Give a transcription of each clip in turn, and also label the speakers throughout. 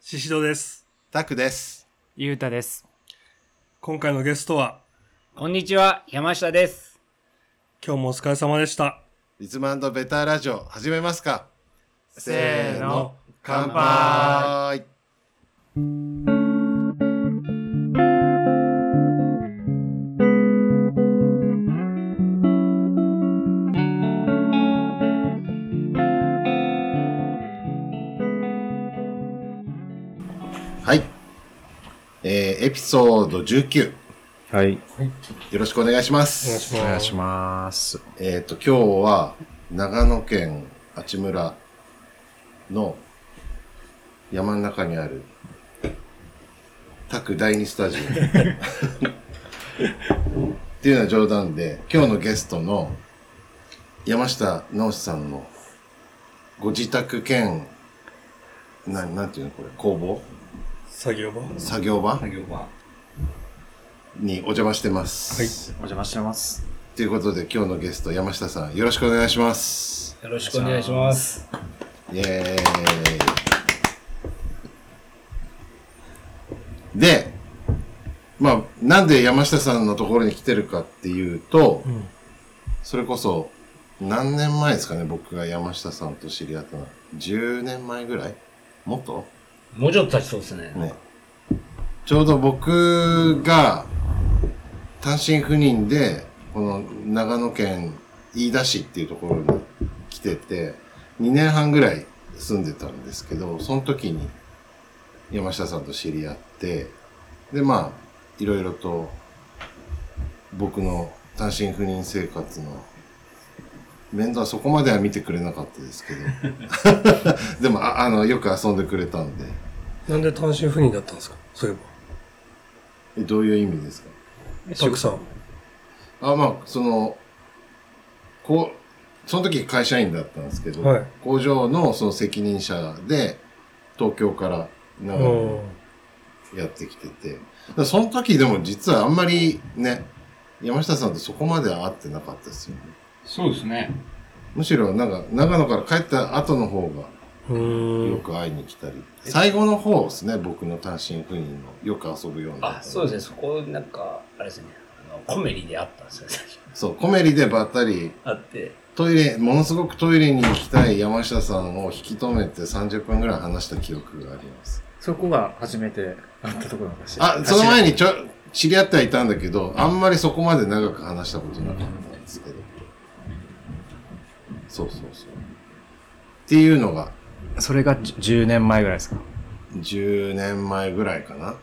Speaker 1: ししどです。
Speaker 2: タクです。
Speaker 3: ゆうたです。
Speaker 1: 今回のゲストは、
Speaker 3: こんにちは、山下です。
Speaker 1: 今日もお疲れ様でした。
Speaker 2: リズムベターラジオ始めますか
Speaker 3: せーの
Speaker 2: 乾
Speaker 3: 乾
Speaker 2: 杯はい。えー、エピソード19。
Speaker 4: はい。
Speaker 2: よろしくお願いします。
Speaker 4: お願いします。
Speaker 2: えっ、と、今日は長野県阿智村の山の中にある拓第二スタジオ。っていうのは冗談で、今日のゲストの山下直志さんのご自宅兼、なん、なんていうのこれ、工房
Speaker 1: 作業場
Speaker 2: 作業場
Speaker 4: 作業場。
Speaker 2: にお邪魔してます。
Speaker 4: お邪魔してます。
Speaker 2: ということで今日のゲスト山下さんよろしくお願いします。
Speaker 3: よろしくお願いします。
Speaker 2: イエーイ。で、まあ、なんで山下さんのところに来てるかっていうと、それこそ、何年前ですかね、僕が山下さんと知り合ったのは。10年前ぐらいもっと
Speaker 3: もうちょっと経ちそうですね。
Speaker 2: ね。ちょうど僕が単身赴任で、この長野県飯田市っていうところに来てて、2年半ぐらい住んでたんですけど、その時に山下さんと知り合って、で、まあ、いろいろと僕の単身赴任生活の面倒はそこまでは見てくれなかったですけど、 でも、ああの、よく遊んでくれたんで、
Speaker 1: なんで単身赴任だったんですかそういえ
Speaker 2: えどういう意味ですか
Speaker 1: ば。たくさん。
Speaker 2: あ、まあ、その、こう、その時会社員だったんですけど、
Speaker 1: はい
Speaker 2: 工場のその責任者で、東京から長野にやってきてて、だからその時でも実はあんまりね、山下さんとそこまでは会ってなかったですよね。
Speaker 4: そうですね。
Speaker 2: むしろなんか、長野から帰った後の方が
Speaker 1: うん。う
Speaker 2: よ
Speaker 1: ーん。
Speaker 2: く会いに来たり、最後の方ですね、僕の単身赴任の、よく遊ぶようになったの
Speaker 5: あ、そうですね。そこ、なんか、あれですね。あの、コメリであったんですよ、最初。
Speaker 2: そう、コメリでばったり
Speaker 5: あって。
Speaker 2: トイレ、ものすごくトイレに行きたい山下さんを引き止めて30分ぐらい話した記憶があります。
Speaker 4: そこが初めて会ったところなんです
Speaker 2: あ、その前にちょ、知り合ってはいたんだけど、あんまりそこまで長く話したことなかったんですけど。そうそうそう。っていうのが
Speaker 4: それが10年前ぐらいですか。
Speaker 2: 10年前ぐらいかな。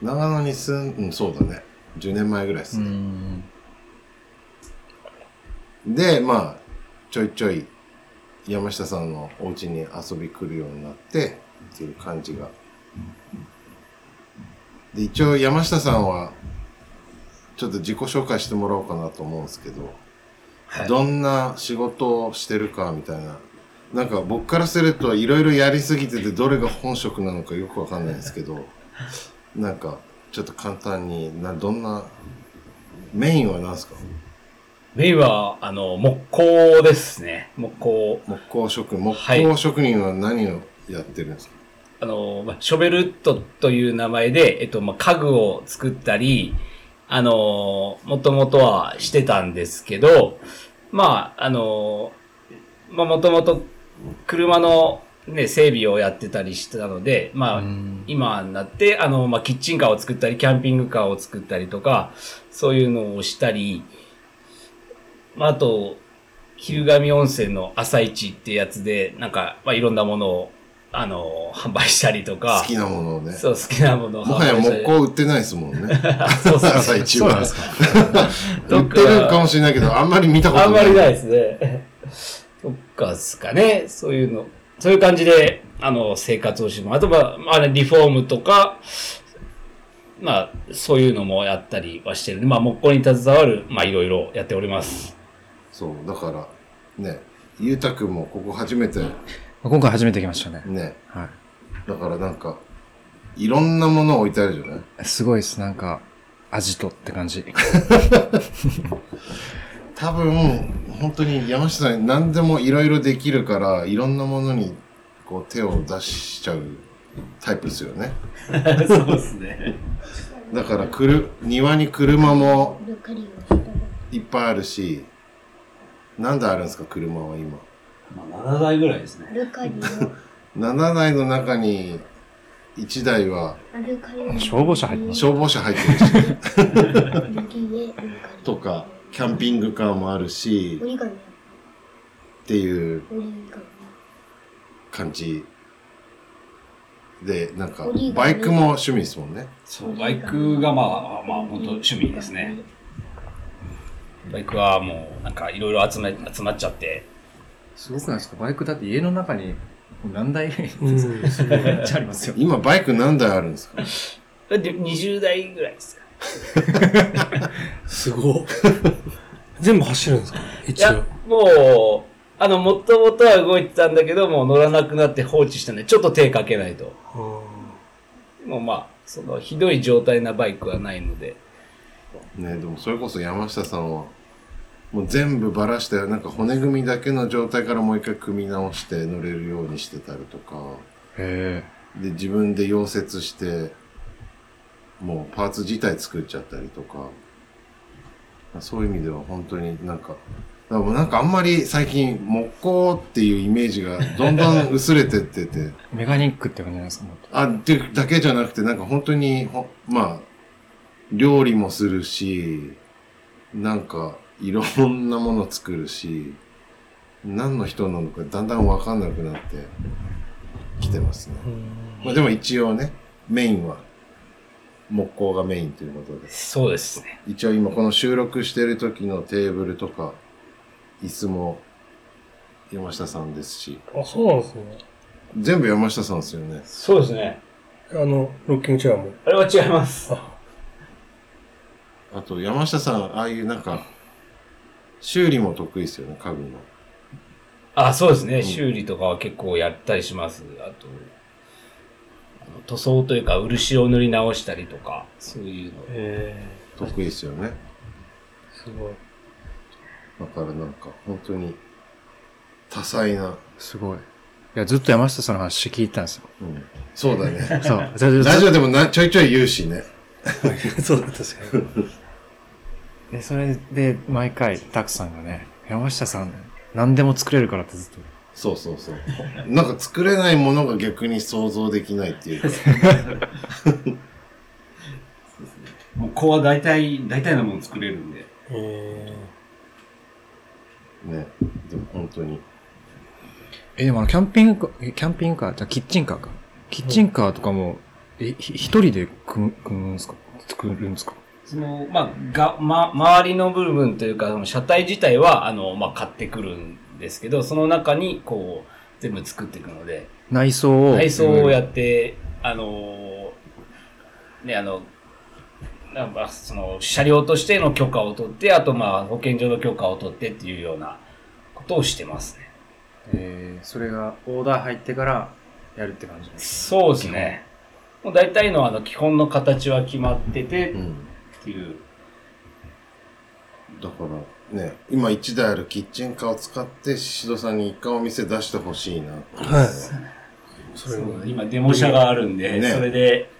Speaker 2: 長野に住ん、うん、そうだね。10年前ぐらいですね。
Speaker 4: ん。
Speaker 2: で、まあ、ちょいちょい山下さんのお家に遊び来るようになってっていう感じが。で、一応山下さんは、ちょっと自己紹介してもらおうかなと思うんですけど、
Speaker 5: はい。
Speaker 2: どんな仕事をしてるかみたいな。なんか僕からするといろいろやりすぎててどれが本職なのかよくわかんないんですけ ど、なんかちょっと簡単に、などんな、メインは何ですか
Speaker 5: メインは、あの、木工ですね。木工。
Speaker 2: 木工職人、木
Speaker 5: はい
Speaker 2: 工職人は何をやってるんですか、
Speaker 5: あの、まあ、ショベルットという名前で、えっと、まあ、家具を作ったり、あの、もともとはしてたんですけど、まあ、あの、まあ、もともと車のね、整備をやってたりしてたので、まあ、今になって、あの、まあ、キッチンカーを作ったり、キャンピングカーを作ったりとか、そういうのをしたり、まあ、あと、昼神温泉の朝市ってやつで、なんか、まあ、いろんなものを、あの、販売したりとか、
Speaker 2: 好きなものをね。
Speaker 5: そう、好きなものを
Speaker 2: もはや
Speaker 5: 販売した
Speaker 2: 木
Speaker 5: り
Speaker 2: 工売ってないですもんね。
Speaker 5: そうそう
Speaker 2: 朝一
Speaker 4: そうなん
Speaker 2: は
Speaker 4: です。か。
Speaker 2: 売ってるかもしれないけど、あんまり見たことな
Speaker 5: あ
Speaker 2: い。
Speaker 5: んまりないですね。とかですかね。そういうの。そういう感じで、あの、生活をしてもあとは、まあ、リフォームとか、まあ、そういうのもやったりはしてるんで、まあ、木工に携わる、まあ、いろいろやっております。
Speaker 2: そう、だから、ね、ゆうたくんもここ初めて、
Speaker 4: 今回初めて来ましたね。
Speaker 2: ね、
Speaker 4: は
Speaker 2: だからなんか、いろんなものを置いてあるじゃない
Speaker 4: い。すごいです。なんか、アジトって感じ。
Speaker 2: 多分、本当に山下さん何でもいろいろできるから、いろんなものにこう手を出しちゃうタイプですよね。
Speaker 5: そうですね。
Speaker 2: だからくる、庭に車も
Speaker 6: ルカリオ人
Speaker 2: いっぱいあるし、何台あるんですか、車は今。
Speaker 5: まあ、7台ぐらいですね。
Speaker 6: ルカリ
Speaker 2: 7台の中に1台は
Speaker 6: オルカリオ
Speaker 4: 消防車入ってます
Speaker 2: 消防車入ってるし、
Speaker 6: ルキエルカリオ
Speaker 2: とか、キャンピングカーもあるし、
Speaker 6: 折り紙
Speaker 2: っていう
Speaker 6: 折り紙
Speaker 2: 感じで、なんか、バイクも趣味ですもんね。
Speaker 5: そう、バイクがまあ、まあ、本当趣味ですね。バイクはもう、なんかいろいろ集め、集まっちゃって。
Speaker 4: すごくないですかバイクだって家の中に何台
Speaker 1: うん、すごい。
Speaker 4: めっちゃありますよ。
Speaker 2: 今、バイク何台あるんですか
Speaker 5: だって20代ぐらいですか。
Speaker 1: すごっ全部走るんですか
Speaker 5: い
Speaker 1: 一応
Speaker 5: や。、もう、あの、もともとは動いてたんだけど、もう乗らなくなって放置したんで、ちょっと手かけないと。でもまあ、その、ひどい状態なバイクはないので。
Speaker 2: ね、でもそれこそ山下さんは、もう全部ばらして、なんか骨組みだけの状態からもう一回組み直して乗れるようにしてたりとか、
Speaker 4: へ
Speaker 2: で、自分で溶接して、もうパーツ自体作っちゃったりとか、そういう意味では本当になんか、だからもうなんかあんまり最近木工っていうイメージがどんどん薄れてってて、
Speaker 4: え。メカニックって感じなんですかもっと
Speaker 2: あ、ってだけじゃなくて、なんか本当にほ、まあ、料理もするし、なんか、いろんなもの作るし、何の人なのかだんだんわかんなくなってきてますね。まあでも一応ね、メインは、木工がメインということで。
Speaker 5: そうですね。
Speaker 2: 一応今この収録してる時のテーブルとか、椅子も山下さんですし、
Speaker 1: あ、そうなんですね。
Speaker 2: 全部山下さんですよね。
Speaker 5: そうですね。
Speaker 1: あの、ロッキングチェアも。
Speaker 5: あれは違います。
Speaker 2: あと、山下さん、ああいうなんか、修理も得意ですよね、家具の。
Speaker 5: あ、そうですね。修理とかは結構やったりします。あと、あの塗装というか、漆を塗り直したりとか、そういうの。
Speaker 1: え
Speaker 2: 得意ですよね。
Speaker 1: えすごい。
Speaker 2: だからなんか、本当に、多彩な。
Speaker 4: すごい。いや、ずっと山下さんの話聞いてたんですよ。
Speaker 2: うん、そうだね。
Speaker 4: そう。ずっと
Speaker 2: ラジオでもなちょいちょい言うしね。
Speaker 1: そうだ、確かに。
Speaker 4: で、それで、毎回、たくさんがね、山下さん、何でも作れるからってずっと。
Speaker 2: そうそうそう。なんか作れないものが逆に想像できないっていうか。
Speaker 5: もう、こうは大体、大体のもの作れるんで。
Speaker 1: え
Speaker 2: ね。でも本当に。
Speaker 4: え、でもあの、キャンピングカー、えキャンピングカー、じゃあキッチンカーか。キッチンカーとかも、え、ひ一人で組む、組むんですか作るんですか
Speaker 5: その、まあ、が、ま、周りの部分というか、その車体自体は、あの、まあ、買ってくるんですけど、その中に、こう、全部作っていくので、
Speaker 4: 内装を。
Speaker 5: 体操をや
Speaker 4: っ
Speaker 5: って、あのーね、あの、なんかその車両としての許可を取って、あとまあ保健所の許可を取ってっていうようなことをしてますね。
Speaker 4: えー、それが、オーダー入ってから、やるって感じです。
Speaker 5: そうですね。もう大体のあの基本の形は決まってて
Speaker 2: う
Speaker 5: っ
Speaker 2: ん。
Speaker 5: ていう。
Speaker 2: だから、ね、今1台あるキッチンカーを使って、シドさんに一回お店出してほしいな。
Speaker 1: はい。それも。
Speaker 5: そう今デモ車があるんで、
Speaker 2: ね
Speaker 5: それで、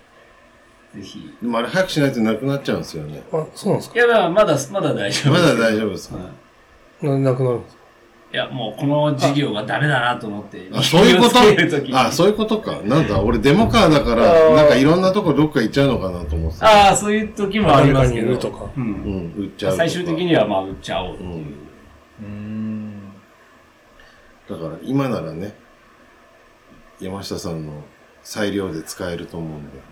Speaker 5: ぜひ。
Speaker 2: でもあれ早くしないとなくなっちゃうんですよね。
Speaker 1: あ、そうなんです
Speaker 5: いや、まあまだ、まだ大丈夫
Speaker 2: ま
Speaker 5: です
Speaker 2: だ大丈夫ですか
Speaker 5: はい
Speaker 1: かなんでなくなるんですか
Speaker 5: いや、もうこの事業がダメだなと思って、
Speaker 2: あ、そういうこ
Speaker 5: 見つける時に
Speaker 2: とあ、そういうことか。なんだ、俺デモカーだか
Speaker 5: あ
Speaker 2: ら、
Speaker 5: ー
Speaker 2: なんかいろんなとこどっか行っちゃうのかなと思ってた。
Speaker 5: ああ、そういう時もありますけ
Speaker 1: 誰かに売
Speaker 5: ど。
Speaker 1: るとか
Speaker 5: う。
Speaker 2: うんん、売っちゃうとか。
Speaker 5: 最終的にはまあ売っちゃおうって
Speaker 2: う
Speaker 5: いう。
Speaker 2: ん。
Speaker 4: うーん。
Speaker 2: だから今ならね、山下さんの裁量で使えると思うんで。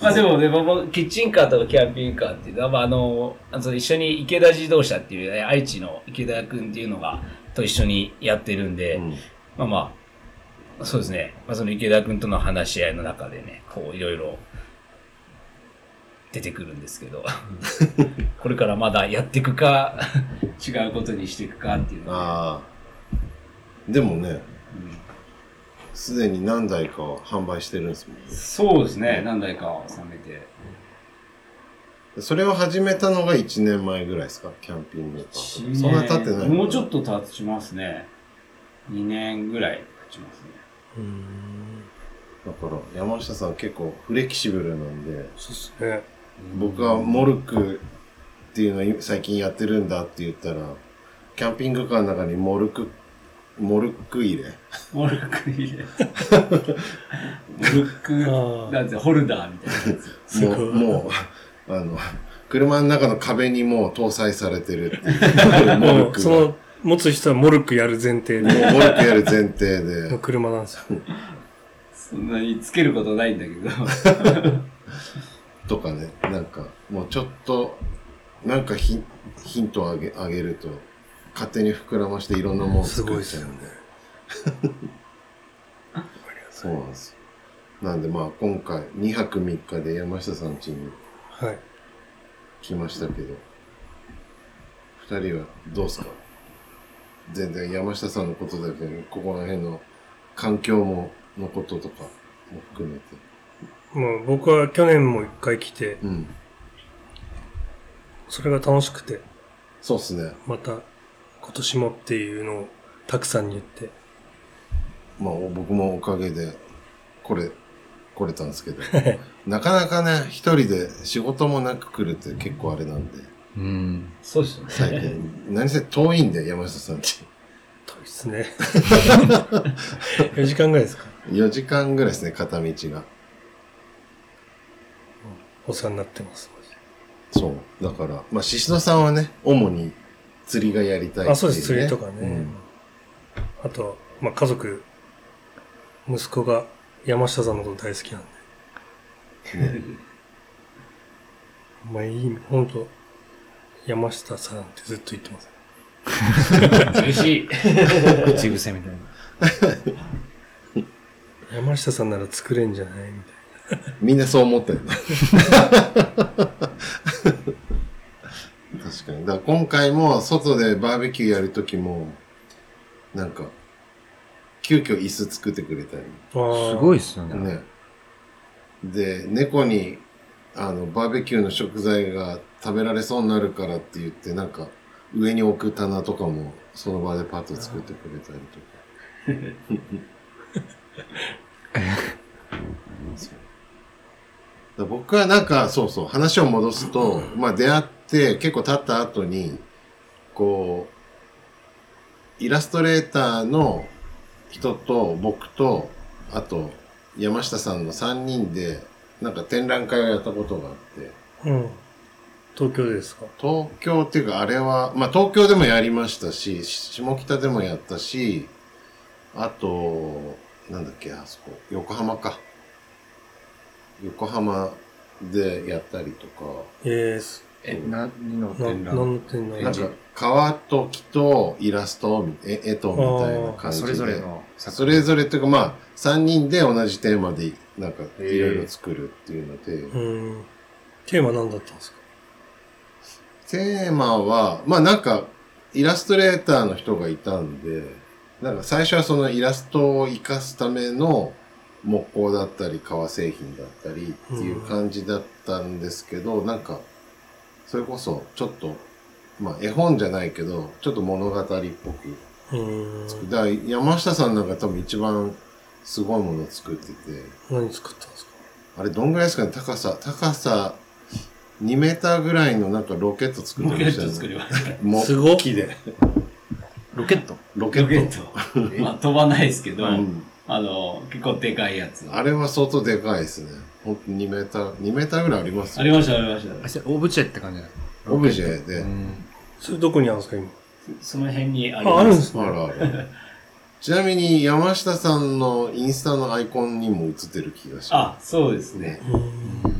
Speaker 5: まあでもね、僕、キッチンカーとかキャンピングカーっていうのは、まああの、あの一緒に池田自動車っていう、ね、愛知の池田くんっていうのが、と一緒にやってるんで、
Speaker 2: うん。
Speaker 5: まあまあ、そうですね。まあその池田くんとの話し合いの中でね、こういろいろ出てくるんです けど、これからまだやっていくか、違うことにしていくかっていうのは、
Speaker 2: ああ。でもね、すでに何台かは販売してるんですもんね。
Speaker 5: そうですね。何台か収めて。
Speaker 2: それを始めたのが1年前ぐらいですかキャンピングカーとか。そんな経ってない。
Speaker 5: もうちょっ。と経ちますね。2年ぐらい経ちますね。
Speaker 1: うーん。
Speaker 2: だから山下さん結構フレキシブルなんで、
Speaker 1: そうっすね。
Speaker 2: 僕はモルクっていうのを最近やってるんだって言ったら、キャンピングカーの中にモルク、モルク入れ。
Speaker 5: モル ク入れ。モル
Speaker 1: あ
Speaker 5: ク、
Speaker 1: ー
Speaker 5: なんてホルダーみたいなやつ。
Speaker 1: すご
Speaker 2: も、
Speaker 1: いう
Speaker 2: もう、 あの、車の中の壁にもう搭載されてるっていうモ
Speaker 1: も
Speaker 2: ル
Speaker 1: う、
Speaker 2: ク
Speaker 1: そ
Speaker 2: が。もう
Speaker 1: の、持つ人はモルクやる前提で、
Speaker 2: モルクやる前提で
Speaker 1: の。車なんですよ。
Speaker 5: そんなにつけることないんだけど。
Speaker 2: とかね、なんか、もうちょっと、なんかヒヒントをあげあげると、勝手に膨らましていろんなものを作っちゃうんで。そうなんですよ。なんでまあ今回2泊3日で山下さん家に
Speaker 1: はい。
Speaker 2: 来ましたけど、2人はどうですか全然山下さんのことだけど、ここら辺の環境ものこととかも含めて。
Speaker 1: もう僕は去年も一回来て、
Speaker 2: うん。
Speaker 1: それが楽しくて、
Speaker 2: そうっすね。
Speaker 1: また今年もっていうのをたくさんに言って、
Speaker 2: まあお僕もおかげでこれ来れたんですけどなかなかね一人で仕事もなく来るって結構あれなんで
Speaker 4: うん。
Speaker 5: そうですよね。
Speaker 2: 最近何せ遠いんで山下さんち
Speaker 1: 遠いっす ね。4時間ぐらいですか
Speaker 2: 4時間ぐらいですね片道が
Speaker 1: お世話になってます。
Speaker 2: そうだからまあ宍戸さんはね主に釣りがやりたいっていね
Speaker 1: あ、そうです、釣りとかね。
Speaker 2: うん
Speaker 1: あと、まあ、家族、息子が山下さんのこと大好きなんで。まあ、いい、ほんと、山下さんってずっと言ってます。
Speaker 5: 嬉しい。
Speaker 4: 口癖みたいな。
Speaker 1: 山下さんなら作れんじゃないみたい
Speaker 2: みんなそう思ってる確かに。だから今回も外でバーベキューやるときも、なんか、急遽椅子作ってくれたり。
Speaker 1: な。
Speaker 4: すご
Speaker 1: い。
Speaker 4: いっすよね。
Speaker 2: ね。で、猫に、あの、バーベキューの食材が食べられそうになるからって言って、なんか、上に置く棚とかも、その場でパッと作ってくれたりとか。そうだから僕はなんか、そうそう、話を戻すと、まあ出会って結構経った後に、こう、イラストレーターの人と僕と、あと山下さんの3人で、なんか展覧会をやったことがあって、
Speaker 1: うん。東京でですか
Speaker 2: 東京っていうかあれは、まあ東京でもやりましたし、し下北でもやったし、あと、なんだっけ、あそこ、横浜か。横浜でやったりとか、
Speaker 1: えーす、
Speaker 5: え
Speaker 4: 何の
Speaker 1: な、
Speaker 4: 展
Speaker 1: 何
Speaker 4: 覧
Speaker 1: の展覧
Speaker 2: なん
Speaker 1: 会
Speaker 2: か川と木とイラストみ、え絵とみたいな感じで。
Speaker 4: それぞれの
Speaker 2: それぞれっていうかまあ、3人で同じテーマで、なんかいろいろ作るっていうので、
Speaker 1: うん。テーマ何だったんですか
Speaker 2: テーマは、まあなんか、イラストレーターの人がいたんで、なんか最初はそのイラストを活かすための木工だったり、革製品だったりっていう感じだったんですけど、なんか、それこそちょっと、まあ絵本じゃないけど、ちょっと物語っぽく
Speaker 1: うん。
Speaker 2: 作る。だから山下さんなんか多分一番すごいものを作ってて、
Speaker 1: 何作ったんですか
Speaker 2: あれどんぐらいですかね、高さ、高さ2メーターぐらいのなんかロケット作ってま
Speaker 5: ロケ
Speaker 2: し
Speaker 5: ッ
Speaker 2: た
Speaker 5: ト
Speaker 2: よ
Speaker 5: 作
Speaker 2: ね。
Speaker 5: りました。
Speaker 2: も
Speaker 1: すごっ
Speaker 2: 木で。
Speaker 4: ロケット
Speaker 2: ロケッ
Speaker 5: ロ
Speaker 2: ト。
Speaker 5: ケット。 まあ飛ばないですけど、
Speaker 2: うん
Speaker 5: あの、結構でかいやつ。
Speaker 2: あれは相当でかいですね。ほんと2メーター、2メーターぐらいあります
Speaker 5: あ
Speaker 2: よ
Speaker 5: りました、ありまし
Speaker 4: あ、
Speaker 5: た。
Speaker 4: それオブジェって感じだよ。
Speaker 2: オブジェで。
Speaker 4: うん。
Speaker 1: それどこにあるんですか今。
Speaker 5: その辺にあります。
Speaker 1: あ、あるんです
Speaker 2: あ
Speaker 1: ね。
Speaker 2: るある。ちなみに山下さんのインスタのアイコンにも映ってる気がしま
Speaker 5: あ、そうですね。
Speaker 1: うん。
Speaker 2: す。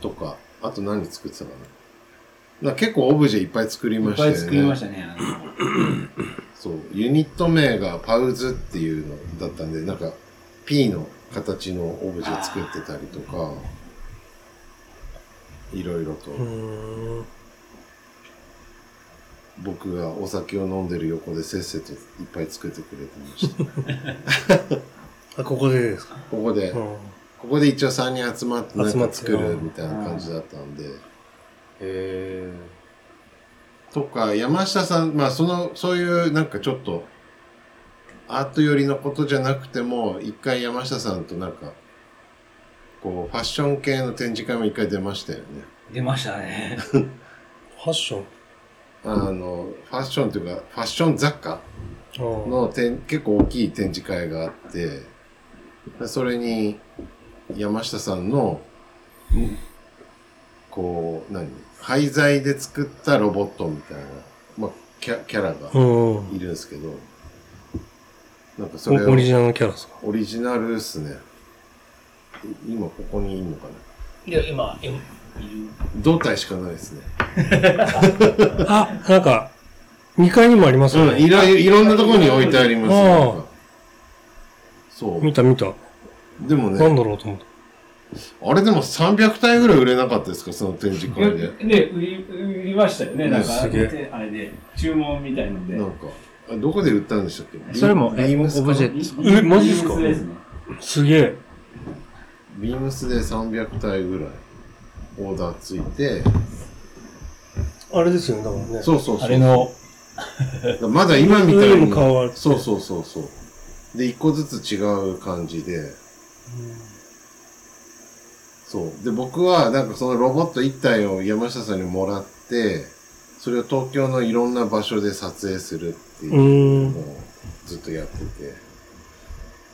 Speaker 2: とか、あと何作ってたかな。だから結構オブジェいっぱい作り
Speaker 5: い
Speaker 2: ま
Speaker 5: っ
Speaker 2: したよ
Speaker 5: ぱ
Speaker 2: ね。
Speaker 5: い作りましたね。あの
Speaker 2: そう。ユニット名がパウズっていうのだったんで、なんか P の形のオブジェ作ってたりとか、いろいろと。
Speaker 1: うん。
Speaker 2: 僕がお酒を飲んでる横でせっせといっぱい作ってくれてました。 こ
Speaker 1: あ、ここでですか
Speaker 2: こで、
Speaker 1: う
Speaker 2: こ
Speaker 1: ん。
Speaker 2: こで一応3人集まってなん
Speaker 1: 集まっ
Speaker 2: か
Speaker 1: て
Speaker 2: 作るみたいな感じだったんで。
Speaker 4: へ
Speaker 2: とか、山下さん、まあその、そういうなんかちょっとアート寄りのことじゃなくても、一回山下さんとなんか、こう、ファッション系の展示会も一回出ましたよね。
Speaker 5: 出ましたね。
Speaker 1: ファッション
Speaker 2: あの、ファッションというか、ファッション雑貨
Speaker 1: あ
Speaker 2: の展結構大きい展示会があって、それに山下さんの、こう、何廃材で作ったロボットみたいな、まあ、キャキャラが
Speaker 1: あ。うん。
Speaker 2: いるんですけど、なんかそれ
Speaker 1: お
Speaker 2: を
Speaker 1: オリジナルのキャラですか
Speaker 2: オリジナルっすね。い今ここにいるのかない
Speaker 5: や、今、いる
Speaker 2: 胴体しかないですね。
Speaker 1: あ、なんか、2階にもありますよ
Speaker 2: うん、い
Speaker 1: ね。
Speaker 2: ろいろんなところに置いてあります
Speaker 1: あ
Speaker 2: ね
Speaker 1: ー
Speaker 2: なんかそ
Speaker 1: 見た見た。
Speaker 2: う。でもね
Speaker 1: な、んだろうと思った。
Speaker 2: あれでも300体ぐらい売れなかったですか、その展示会で。
Speaker 5: ね、売り、売りましたよね。なんか、
Speaker 1: すげえ
Speaker 5: あれで、注文みたいので。
Speaker 2: なんか、あどこで売ったんでしたっけビ
Speaker 4: それも、
Speaker 2: ビ
Speaker 4: え、
Speaker 2: ー
Speaker 4: オ
Speaker 2: ムス
Speaker 4: ブジ
Speaker 2: か
Speaker 4: ェ
Speaker 1: えマジっすか
Speaker 5: ビームスですね
Speaker 1: すげえ。
Speaker 2: ビームスで300体ぐらいオーダーついて、
Speaker 1: あれですよね、だからね。
Speaker 2: そうそうそう。
Speaker 5: あれの、
Speaker 2: まだ今みたい
Speaker 1: 上
Speaker 2: に
Speaker 1: にも顔ある
Speaker 2: そうそうそうそう。で、一個ずつ違う感じで。そう。で、僕は、なんかそのロボット1体を山下さんにもらって、それを東京のいろんな場所で撮影するっていう
Speaker 1: うーん。
Speaker 2: もうずっとやって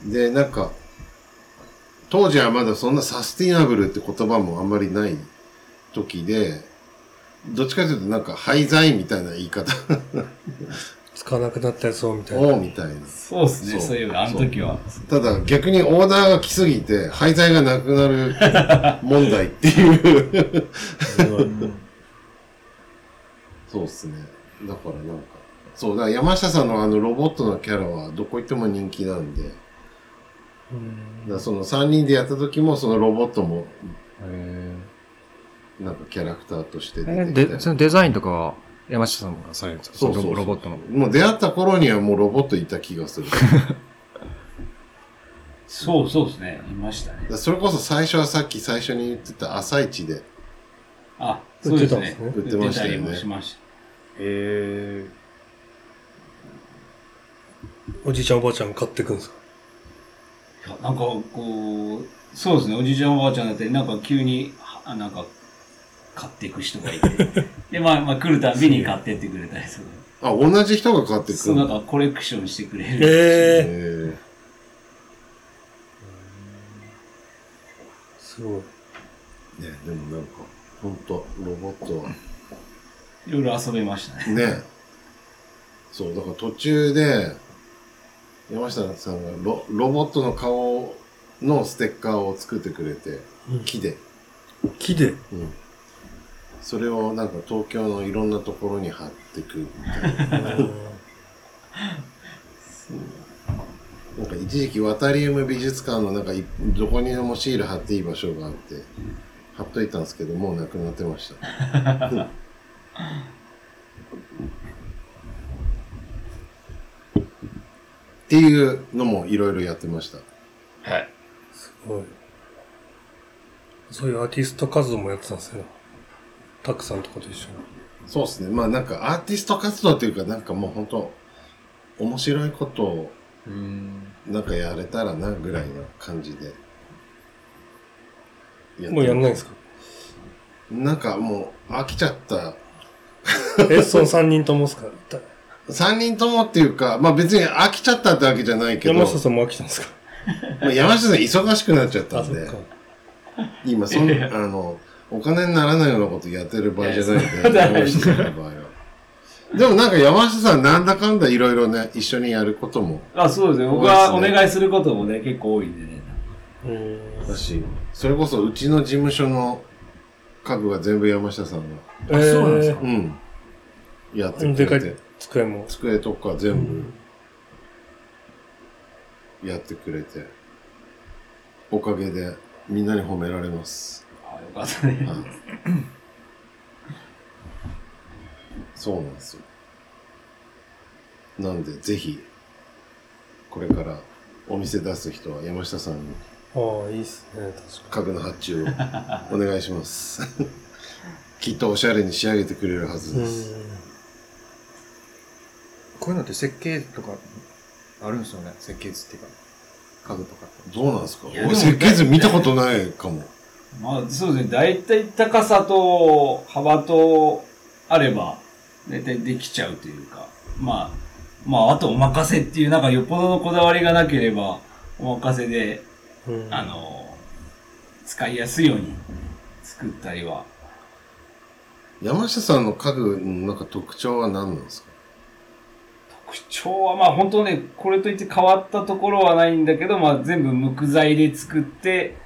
Speaker 2: て。で、なんか、当時はまだそんなサスティナブルって言葉もあんまりない時で、どっちかというとなんか廃材みたいな言い方
Speaker 1: 使わなくなったやつを、みたいな。
Speaker 2: をみたいな。
Speaker 5: そうです
Speaker 2: そう
Speaker 5: ね、そういえば、あの時は。
Speaker 2: ただ逆にオーダーが来すぎて廃材がなくなる問題っていう そうっすね。だからなんか、そう、だから山下さんのあのロボットのキャラはどこ行っても人気なんで、だからその3人でやった時もそのロボットもなんかキャラクターとして出てきた
Speaker 4: で、
Speaker 2: り
Speaker 4: そのデザインとかは山下さんがされるんですか
Speaker 2: そうそうそう
Speaker 4: ロボットの。
Speaker 2: もう出会った頃にはもうロボットいた気がする。だか
Speaker 5: そうそうですね、いましたね。
Speaker 2: らそれこそ最初はさっき最初に言ってた朝市で
Speaker 5: あ、そうです
Speaker 1: 売って
Speaker 5: ね。
Speaker 1: たんです
Speaker 2: ね売ってましたよね
Speaker 5: 売ってりもしました。
Speaker 2: へ
Speaker 1: おじいちゃんおばあちゃん買ってくんですか
Speaker 5: いやなんかこう、そうですね、おじいちゃんおばあちゃんだって、なんか急に、あなんか、買っていく人がいて、 で、まあ、まあ、来るたびに買ってってくれたりする。
Speaker 2: あ、同じ人が買ってく
Speaker 5: そう、
Speaker 2: る
Speaker 5: なんん
Speaker 2: だ。
Speaker 5: かコレクションしてくれる。
Speaker 2: へ
Speaker 1: ええ
Speaker 2: ー
Speaker 1: すごい。
Speaker 2: ね、でもなんか、ほんと、ロボットは。
Speaker 5: いろいろ遊べましたね。
Speaker 2: ね。そう、だから途中で、山下さんがロロボットの顔のステッカーを作ってくれて、
Speaker 1: うん
Speaker 2: 木で。
Speaker 1: 木で。
Speaker 2: うん。それをなんか東京のいろんなところに貼ってくみたいな。 なんか一時期ワタリウム美術館のなんかいどこにでもシール貼っていい場所があって、貼っといたんですけど、もうなくなってました。っていうのもいろいろやってました。
Speaker 5: はい。
Speaker 1: すごい。そういうアーティスト活動もやってたんですよ。たくさんとかと一緒に。
Speaker 2: そうですね。まあなんかアーティスト活動というかなんかもう本当面白いことをなんかやれたらなぐらいな感じで。ってます
Speaker 1: もうやんないんですか
Speaker 2: なんかもう飽きちゃった。
Speaker 1: え、その3人ともですかた
Speaker 2: 三人ともっていうか、まあ別に飽きちゃったってわけじゃないけど、
Speaker 1: 山下さんも飽きたんですか
Speaker 2: まあ山下さん忙しくなっちゃっ た
Speaker 1: あ、
Speaker 2: ん
Speaker 1: そっ
Speaker 2: で
Speaker 1: か、。
Speaker 2: 今そん
Speaker 5: いや
Speaker 2: あの、お金にならないようなことやってる場合じゃ ないんで、
Speaker 5: いやそ
Speaker 2: 山
Speaker 5: う
Speaker 2: 下さんの場合は。でもなんか山下さんなんだかんだいろいろね、一緒にやることも
Speaker 5: あ、そうですね。僕はお願いすることもね、結構多いんでね。
Speaker 1: うーん
Speaker 2: だし、それこそうちの事務所の家具は全部山下さんが、
Speaker 1: えー、そうなんです
Speaker 2: うん、やって
Speaker 1: で
Speaker 2: く
Speaker 1: か
Speaker 2: れ
Speaker 1: い
Speaker 2: て、
Speaker 1: 机も。
Speaker 2: 机とか全部やってくれて、おかげでみんなに褒められます。
Speaker 5: あ、よかったね。
Speaker 2: はいそうなんですよ。なんで、ぜひ、これからお店出す人は山下さんに
Speaker 1: ああ、いいっすね、確か
Speaker 2: 家具の発注をお願いします。 きっとおしゃれに仕上げてくれるはず
Speaker 1: に。う
Speaker 2: です。
Speaker 1: ーん。
Speaker 4: こういうのって設計とかあるんですよね。設計図っていうか、家具とかって。
Speaker 2: どうなんですか
Speaker 5: いや
Speaker 2: 俺設計図見たことないかも。
Speaker 5: まあ、そうですね。だいたい高さと幅とあれば、だいたいできちゃうというか、まあ、まあ、あとお任せっていう、なんかよっぽどのこだわりがなければ、お任せで、
Speaker 1: うん
Speaker 5: あの、使いやすいように作ったりは。
Speaker 2: 山下さんの家具のなんか特徴は何なんですか
Speaker 5: 特徴はまあ本当ね、これといって変わったところはないんだけど、まあ全部木材で作って、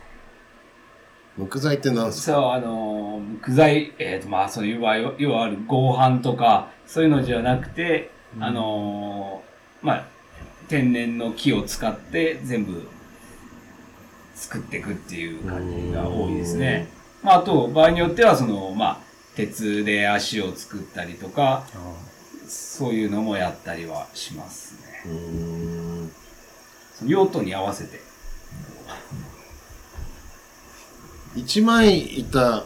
Speaker 2: 木材って何ですか
Speaker 5: そう、あのー、木材、えっ、と、まあ、そういう場合は、要はある合板とか、そういうのじゃなくて、あのー、まあ、天然の木を使って全部作っていくっていう感じが多いですね。まあ、あと、場合によっては、その、まあ、鉄で足を作ったりとか、そういうのもやったりはしますね。
Speaker 2: うーん。
Speaker 5: その用途に合わせて。
Speaker 2: 一枚板っ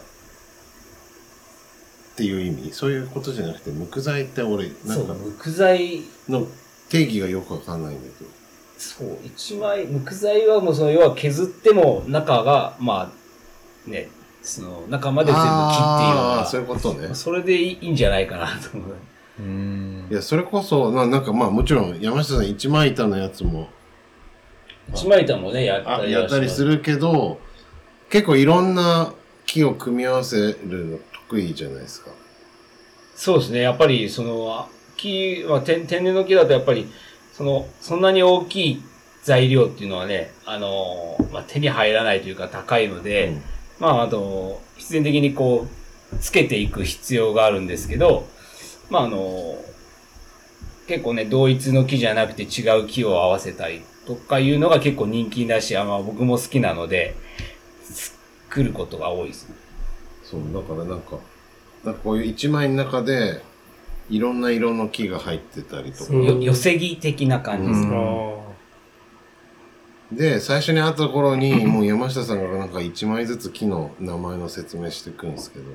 Speaker 2: ていう意味そういうことじゃなくて、木材って俺、なんか、
Speaker 5: 木材
Speaker 2: の定義がよくわかんないんだけど。
Speaker 5: そう、一枚、木材はもうその、要は削っても中が、まあ、ね、その中まで全部切
Speaker 2: ああー、
Speaker 5: って
Speaker 2: そ
Speaker 5: いうう
Speaker 2: いう
Speaker 5: よ
Speaker 2: こと
Speaker 5: う
Speaker 2: ね
Speaker 5: な、。それでいいいいんじゃないかなと思う。
Speaker 4: うーん
Speaker 2: い。や、それこそ、ななんかまあもちろん山下さん一枚板のやつも
Speaker 5: 一枚板もね、やった
Speaker 2: あ
Speaker 5: りは
Speaker 2: やったりす
Speaker 5: る。
Speaker 2: るけど、結構いろんな木を組み合わせるの得意じゃないですか。
Speaker 5: そうですね、やっぱりその、木は天天然の木だとやっぱり、その、そんなに大きい材料っていうのはね、あの、まあ、手に入らないというか高いので、
Speaker 2: うん
Speaker 5: まあ、あと、必然的にこう、つけていく必要があるんですけど、まあ、あの、結構ね、同一の木じゃなくて違う木を合わせたりとかいうのが結構人気だし、あまあ、僕も好きなので、作ることが多いですね。
Speaker 2: そう、だからなんか、なんかこういう一枚の中で、いろんな色の木が入ってたりとか
Speaker 1: う。ん
Speaker 5: よ寄せ木的な感じです
Speaker 1: あ
Speaker 5: ね。
Speaker 1: ー
Speaker 2: で、最初に会った頃に、もう山下さんがなんか一枚ずつ木の名前の説明していくんですけど、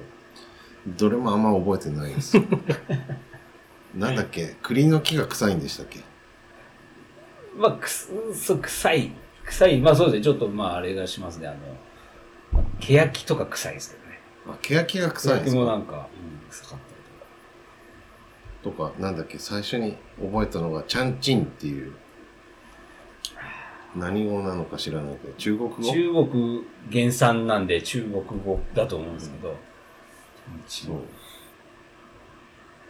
Speaker 2: どれもあんま覚えてないんですよ。なんだっけ栗の木が臭いんでしたっけ
Speaker 5: まあ、くす、そう、臭い。臭い。まあ、そうですね。ちょっと、まあ、あれがしますね。あの、欅とか臭いですけどね。
Speaker 2: あ、ケヤキが臭いんです
Speaker 5: 欅も
Speaker 2: か
Speaker 5: なんか、うん、臭かったりとか。
Speaker 2: とか、なんだっけ、最初に覚えたのが、チャンチンっていう、何語なのか知らないけど、中国語
Speaker 5: 中国原産なんで中国語だと思うんですけど。
Speaker 2: そう。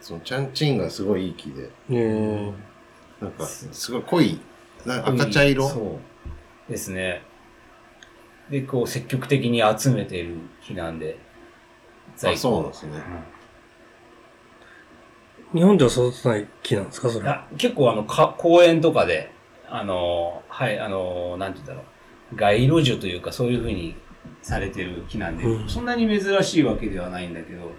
Speaker 2: そのチャンチンがすごいいい木で、
Speaker 1: ね
Speaker 2: なんか、すごい濃い、なんか赤茶色
Speaker 5: そう。ですね。で、こう積極的に集めてる木なんで。
Speaker 2: あ、そうなん
Speaker 5: の
Speaker 2: ですね。
Speaker 1: え日本では育てない木なんですかそれ。
Speaker 5: あ結構あのか、公園とかで、あの、はい、あの、なんて言うんだろう。街路樹というかそういう風にされてる木なんで、
Speaker 1: うん
Speaker 5: そんなに珍しいわけではないんだけど、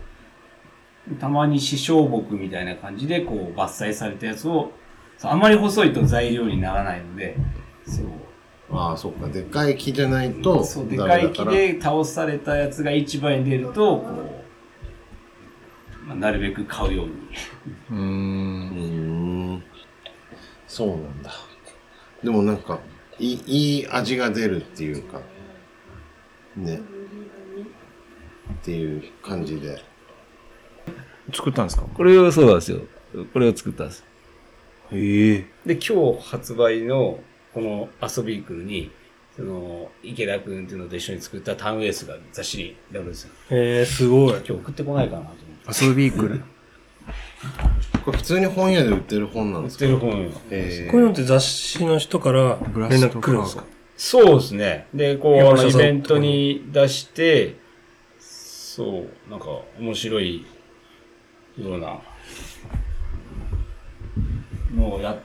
Speaker 5: たまに死傷木みたいな感じでこう伐採されたやつを、そうあんまり細いと材料にならないので、そう。
Speaker 2: ああ、そっか、でかい木じゃないと
Speaker 5: そう、で
Speaker 2: ダ
Speaker 5: か
Speaker 2: メ
Speaker 5: い
Speaker 2: だか
Speaker 5: 木
Speaker 2: ら、
Speaker 5: で倒されたやつが市場に出ると、こう、まあ、なるべく買うように。
Speaker 4: う
Speaker 2: う
Speaker 4: ー。
Speaker 2: んーん。そうなんだ。でもなんか、いい、いい味が出るっていうか、ね、っていう感じで。
Speaker 4: 作ったんですか
Speaker 5: これをそうなんですよ。これを作ったんです。
Speaker 4: ええ。
Speaker 5: で、今日発売のこの遊びクルに、その、池田くんっていうのと一緒に作ったタウンエースが雑誌に載るんですよ。
Speaker 1: えー、すごい。
Speaker 5: 今日送ってこないかなと思って。
Speaker 4: 遊びくる。
Speaker 2: これ普通に本屋で売ってる本なん
Speaker 5: 売
Speaker 2: で
Speaker 5: っ
Speaker 2: すか
Speaker 5: てる本よ。
Speaker 2: え
Speaker 1: こういうのって雑誌の人から
Speaker 4: ブラ
Speaker 1: 連
Speaker 4: スト
Speaker 1: 絡来るんですか
Speaker 5: そうですね。で、こう、あ
Speaker 1: 山下さ
Speaker 5: の
Speaker 1: ん
Speaker 5: イベントに出して、そう、なんか面白いようなのをやっ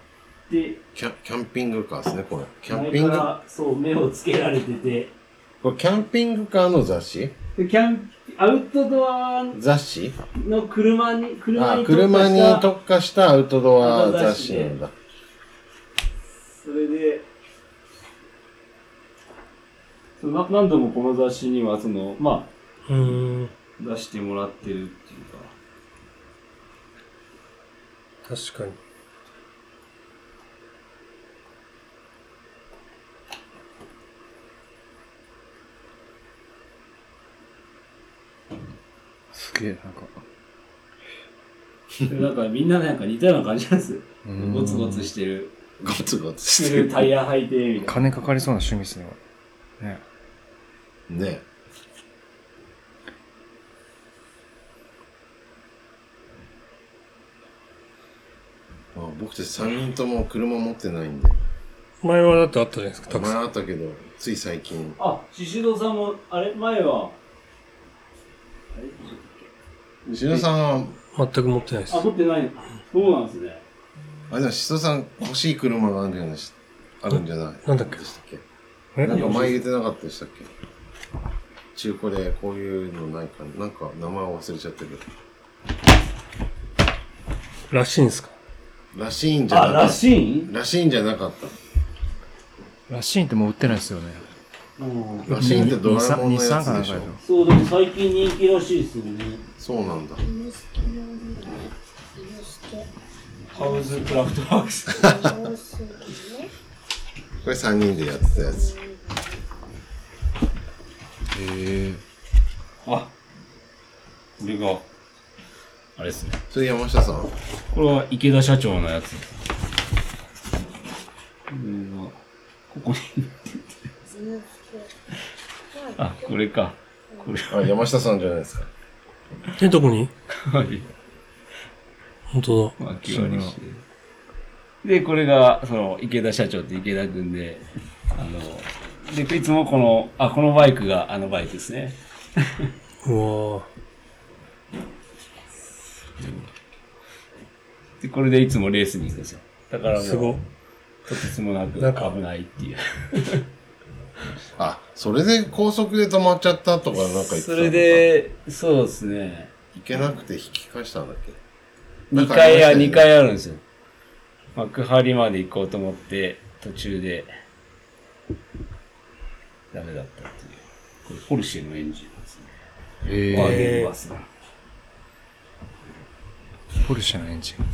Speaker 5: て、
Speaker 2: キャキャンピングカーですね、これ。キャンピング
Speaker 5: 前からそう、目をつけられてて、
Speaker 2: これキャンピングカーの雑誌
Speaker 5: でキャンアウトドア
Speaker 2: 雑誌
Speaker 5: の車に、車
Speaker 2: あ
Speaker 5: に、
Speaker 2: 車に
Speaker 5: 特化した
Speaker 2: 特化したアウトドア雑誌なんだ。
Speaker 5: それで、そのな何度もこの雑誌には、その、まあ、
Speaker 1: うーん。
Speaker 5: 出してもらってるって いうか。
Speaker 1: 確かに。
Speaker 4: げえ、なんか。
Speaker 7: なんかみんななんか似たような感じなんですよ。
Speaker 4: うん
Speaker 7: ゴツゴツしてる。
Speaker 2: ゴツゴツ
Speaker 7: ス
Speaker 2: し
Speaker 7: ク
Speaker 2: て
Speaker 7: ル
Speaker 2: る
Speaker 7: ー。タイヤ履いて、みたいな。
Speaker 4: 金かかりそうな趣味っすね。ね。
Speaker 2: ね。まあ、僕たち3人とも車持ってないんで、
Speaker 1: 前はだってあったじゃないですか、たく
Speaker 2: 前
Speaker 1: さん。
Speaker 2: あったけど、つい最近、
Speaker 7: あ、シシドさんも、あれ前は、あれ
Speaker 2: しのさんは、
Speaker 1: 全く持ってないです
Speaker 7: あ、。持ってない。そうなんですね。
Speaker 2: あ、でもしそさん欲しい車があるんじゃないあるんじゃない
Speaker 1: なんだっけ
Speaker 2: でしたっけ
Speaker 1: え
Speaker 2: なんか前言ってなかったでしたっけ中古でこういうのないかななんか名前忘れちゃったけど。
Speaker 1: らしいんですか。
Speaker 2: らしいんじゃな
Speaker 7: あ、
Speaker 2: かっ
Speaker 7: ら
Speaker 2: た。
Speaker 7: しいん
Speaker 2: らしいんじゃなかった。
Speaker 4: ラシーンってもう売ってないっすよね。
Speaker 2: ラシーンってドラえもん
Speaker 4: 日
Speaker 2: のや
Speaker 4: 産
Speaker 2: つ
Speaker 4: かなん
Speaker 2: でし
Speaker 4: か
Speaker 2: ょ
Speaker 4: でしょ。
Speaker 7: そう、でも最近人気らしいですよね。
Speaker 2: そうなんだ。
Speaker 6: 猪之助の鬼猪
Speaker 7: ハウズクラフトワークス。
Speaker 6: 之助猪之助ね
Speaker 2: これ3人でやってたやつ。
Speaker 5: あ、これが、あれですね。
Speaker 2: それ山下さん。
Speaker 5: これは池田社長のやつ。ここに、
Speaker 6: 猪之助まあ
Speaker 5: あ、これか。これ
Speaker 2: あ、山下さんじゃないですか。
Speaker 1: え、どこに
Speaker 5: は、
Speaker 1: 本当だ。
Speaker 5: まあ、9割して。で、これが、その、池田社長って池田くんで、あの、で、いつもこの、あ、このバイクがあのバイクですね。
Speaker 1: うわぁ。
Speaker 5: で、これでいつもレースに行くんですよ。だからもう、
Speaker 1: す ごっ。
Speaker 5: とてつもなく
Speaker 1: なんか
Speaker 5: 危ないっていう。
Speaker 2: あ、それで高速で止まっちゃったとかなんか言ってたのか
Speaker 5: それ、で、そうですね。
Speaker 2: 行けなくて引き返したんだっけ
Speaker 5: 2階や2階あるんですよ。幕張まで行こうと思って、途中で、ダメだったっていう。これ、ポルシェのエンジンなんですね。
Speaker 4: え
Speaker 5: ワーゲンバスの
Speaker 4: ー、ポルシェのエンジン。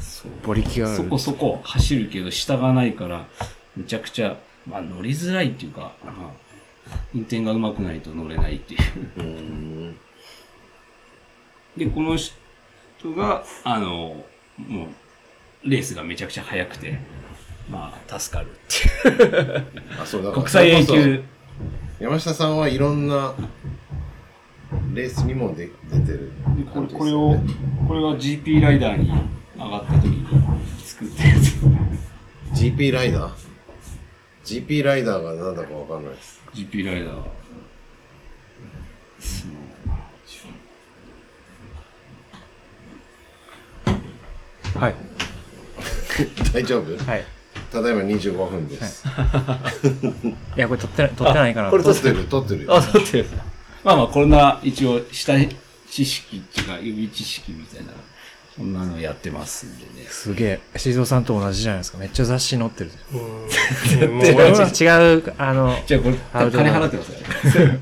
Speaker 4: 馬力があ
Speaker 5: そ
Speaker 4: る
Speaker 5: こ。そこ走るけど、下がないから、めちゃくちゃ、まあ乗りづらいっていうか、まあ運転がうまくないと乗れないっていう。
Speaker 2: うーん。
Speaker 5: で、この人が、あの、もう、レースがめちゃくちゃ速くて、まあ、助かるっていう。
Speaker 2: あ、そうだから。
Speaker 5: 国際永
Speaker 2: それこそ
Speaker 5: 久、
Speaker 2: 山下さんはいろんなレースにも出出てる
Speaker 5: でこ
Speaker 2: 感じですよね、
Speaker 5: れこれを、これが GP ライダーに上がった時に作ったやつ。
Speaker 2: GP ライダー ?GP ライダーが何だかわかんないです。
Speaker 5: GP ライダー。その
Speaker 4: はい。
Speaker 2: 大丈夫
Speaker 4: はい。
Speaker 2: ただいま25分です。
Speaker 4: いや、これ撮ってない、撮ってないから。これ
Speaker 2: 撮ってる、撮ってるよ。
Speaker 5: あ、だって、まあまあ、こんな、一応、下知識っていうか、予備知識みたいな、こんなのやってますんでね。
Speaker 4: すげえ。静雄さんと同じじゃないですか。めっちゃ雑誌載ってる。
Speaker 1: うーん。いやもう
Speaker 4: 俺
Speaker 1: 俺
Speaker 4: は
Speaker 1: は
Speaker 4: 違う、あの、
Speaker 5: じゃあ、これ、
Speaker 4: あ
Speaker 5: 金払ってますからね。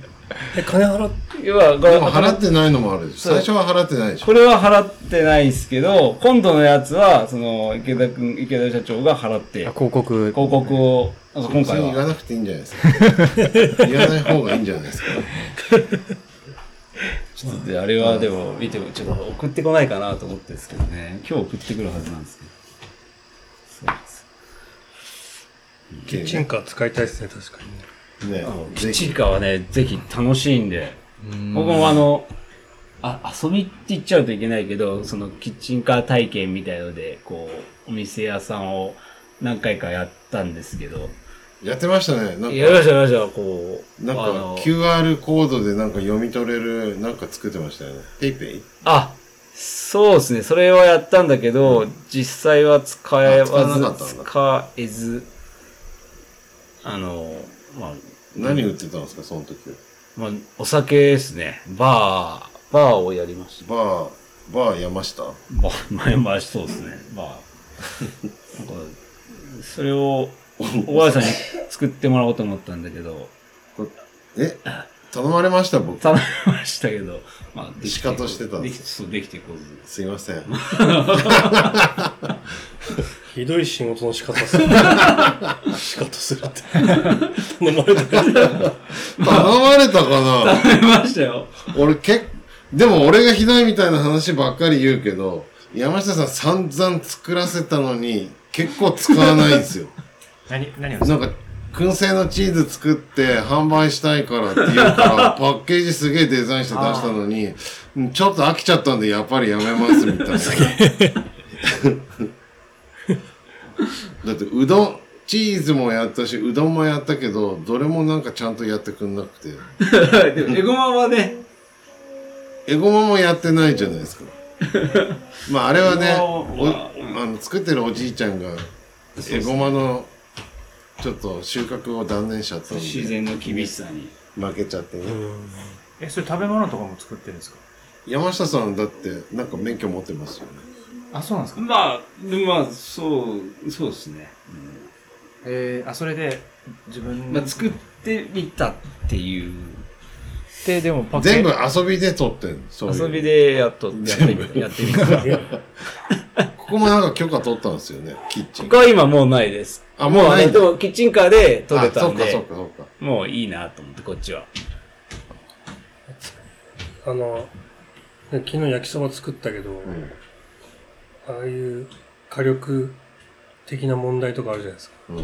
Speaker 1: え、金払っ
Speaker 5: 要は、こ
Speaker 2: で
Speaker 5: れ
Speaker 2: も払ってないのもあるでしょ。
Speaker 5: そう
Speaker 2: 最初は払ってないでしょ。
Speaker 5: これは払ってないですけど、今度のやつは、その、池田くん、池田社長が払って、
Speaker 4: あ
Speaker 5: 広
Speaker 4: 広告。
Speaker 5: 告を、あ今
Speaker 2: 別
Speaker 5: 回
Speaker 2: に言わ
Speaker 5: は、
Speaker 2: なくていいんじゃないですか。言わない方がいいんじゃないですか。
Speaker 5: ちょっとで、あれはでも、見ても、ちょっと送ってこないかなと思ってるんですけどね。今日送ってくるはずなんですけど。そうです。
Speaker 1: キッチンカー使いたいですね、確かにね。
Speaker 2: ね
Speaker 5: キ
Speaker 2: ぜ
Speaker 5: ッチ
Speaker 2: ひ
Speaker 5: ン。カーはね、ぜひ楽しいんで。僕もあの、あ、遊びって言っちゃうといけないけど、そのキッチンカー体験みたいので、こう、お店屋さんを何回かやったんですけど、
Speaker 2: やってましたね。なん
Speaker 5: やり
Speaker 2: か、
Speaker 5: ましたやりました、こう、
Speaker 2: なん
Speaker 5: あ
Speaker 2: か
Speaker 5: の
Speaker 2: QR コードでなんか読み取れる、なんか作ってましたよね。ペイペイ
Speaker 5: あ、そうですね、それはやったんだけど、実際は使え
Speaker 2: あ使わなか
Speaker 5: わ
Speaker 2: った
Speaker 5: ず
Speaker 2: ん、だ
Speaker 5: 使えず、あの、まあ、
Speaker 2: 何売ってたんですか、その時は。
Speaker 5: まあ、お酒ですね、バー、バーをやりました。
Speaker 2: バー、バー山下
Speaker 5: まあ、前回しそうですね。まあ、なんか、それを、おばあさんに作ってもらおうと思ったんだけど、
Speaker 2: え頼まれました、僕。
Speaker 5: 頼みましたけど、まあ、
Speaker 2: 仕方してたん
Speaker 5: で
Speaker 2: で
Speaker 5: きそう、できてこず。
Speaker 2: すいません。
Speaker 1: ひどい仕事の仕方する。仕方する って。頼まれたから
Speaker 2: 頼まれたかな
Speaker 5: 頼みましたよ。
Speaker 2: 俺結でも俺がひどいみたいな話ばっかり言うけど、山下さん散々作らせたのに、結構使わないんですよ。
Speaker 8: 何、何を
Speaker 2: なんか、燻製のチーズ作って販売したいからって言うから、パッケージすげえデザインして出したのに、うんちょっと飽きちゃったんでやっぱりやめますみたいな。 だってうどん、チーズもやったし、うどんもやったけど、どれもなんかちゃんとやってくんなくて。
Speaker 5: でも、エゴマはね、
Speaker 2: エゴマもやってないじゃないですか。まああれはね、
Speaker 7: エゴマ
Speaker 2: おあの作ってるおじいちゃんが、エゴマのちょっと収穫を断念しちゃったん
Speaker 5: 自
Speaker 2: で、
Speaker 5: 然の厳しさに。
Speaker 2: 負けちゃってね。
Speaker 8: え、それ食べ物とかも作ってるんですか
Speaker 2: 山下さんだってなんか免許持ってますよね。
Speaker 8: あ、そうなんですか
Speaker 7: まあ、まあ、そう、そうですね。
Speaker 8: えー、あ、それで、自分
Speaker 5: まあ、作ってみたっていう、
Speaker 8: て、でもパッケー
Speaker 2: 全
Speaker 8: ジ
Speaker 2: 部遊びで撮ってんそういう
Speaker 5: 遊びでやっと、やってみた。やってみた。
Speaker 2: ここもなんか許可取ったんですよね、キッチン。
Speaker 5: 僕は今もうないです。
Speaker 2: あもうないんだ
Speaker 5: もうキッチンカーで撮れ
Speaker 2: あ、
Speaker 5: た
Speaker 2: そ
Speaker 5: ん
Speaker 2: っかそっ
Speaker 5: で、
Speaker 2: かそっか。
Speaker 5: もういいなと思って、こっちは。
Speaker 1: あの、ね昨日焼きそば作ったけど、
Speaker 2: ん
Speaker 1: ああいう火力的な問題とかあるじゃないですか。
Speaker 2: うん。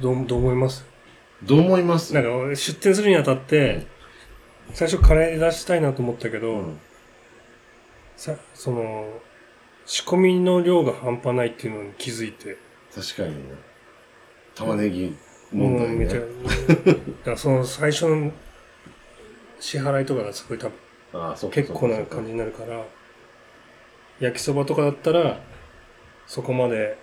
Speaker 1: どうどう思います
Speaker 2: どう思います
Speaker 1: なんか俺出店するにあたって、最初カレーで出したいなと思ったけど、
Speaker 2: うん
Speaker 1: さその、仕込みの量が半端ないっていうのに気づいて、
Speaker 2: 確かにね。玉ねぎ問題
Speaker 1: もうめちゃ、
Speaker 2: ね。
Speaker 1: だからその最初の支払いとかがすごい多分
Speaker 2: あ、そっか
Speaker 1: 結構な
Speaker 2: そっ
Speaker 1: 感
Speaker 2: か
Speaker 1: じになるから、焼きそばとかだったら、そこまで、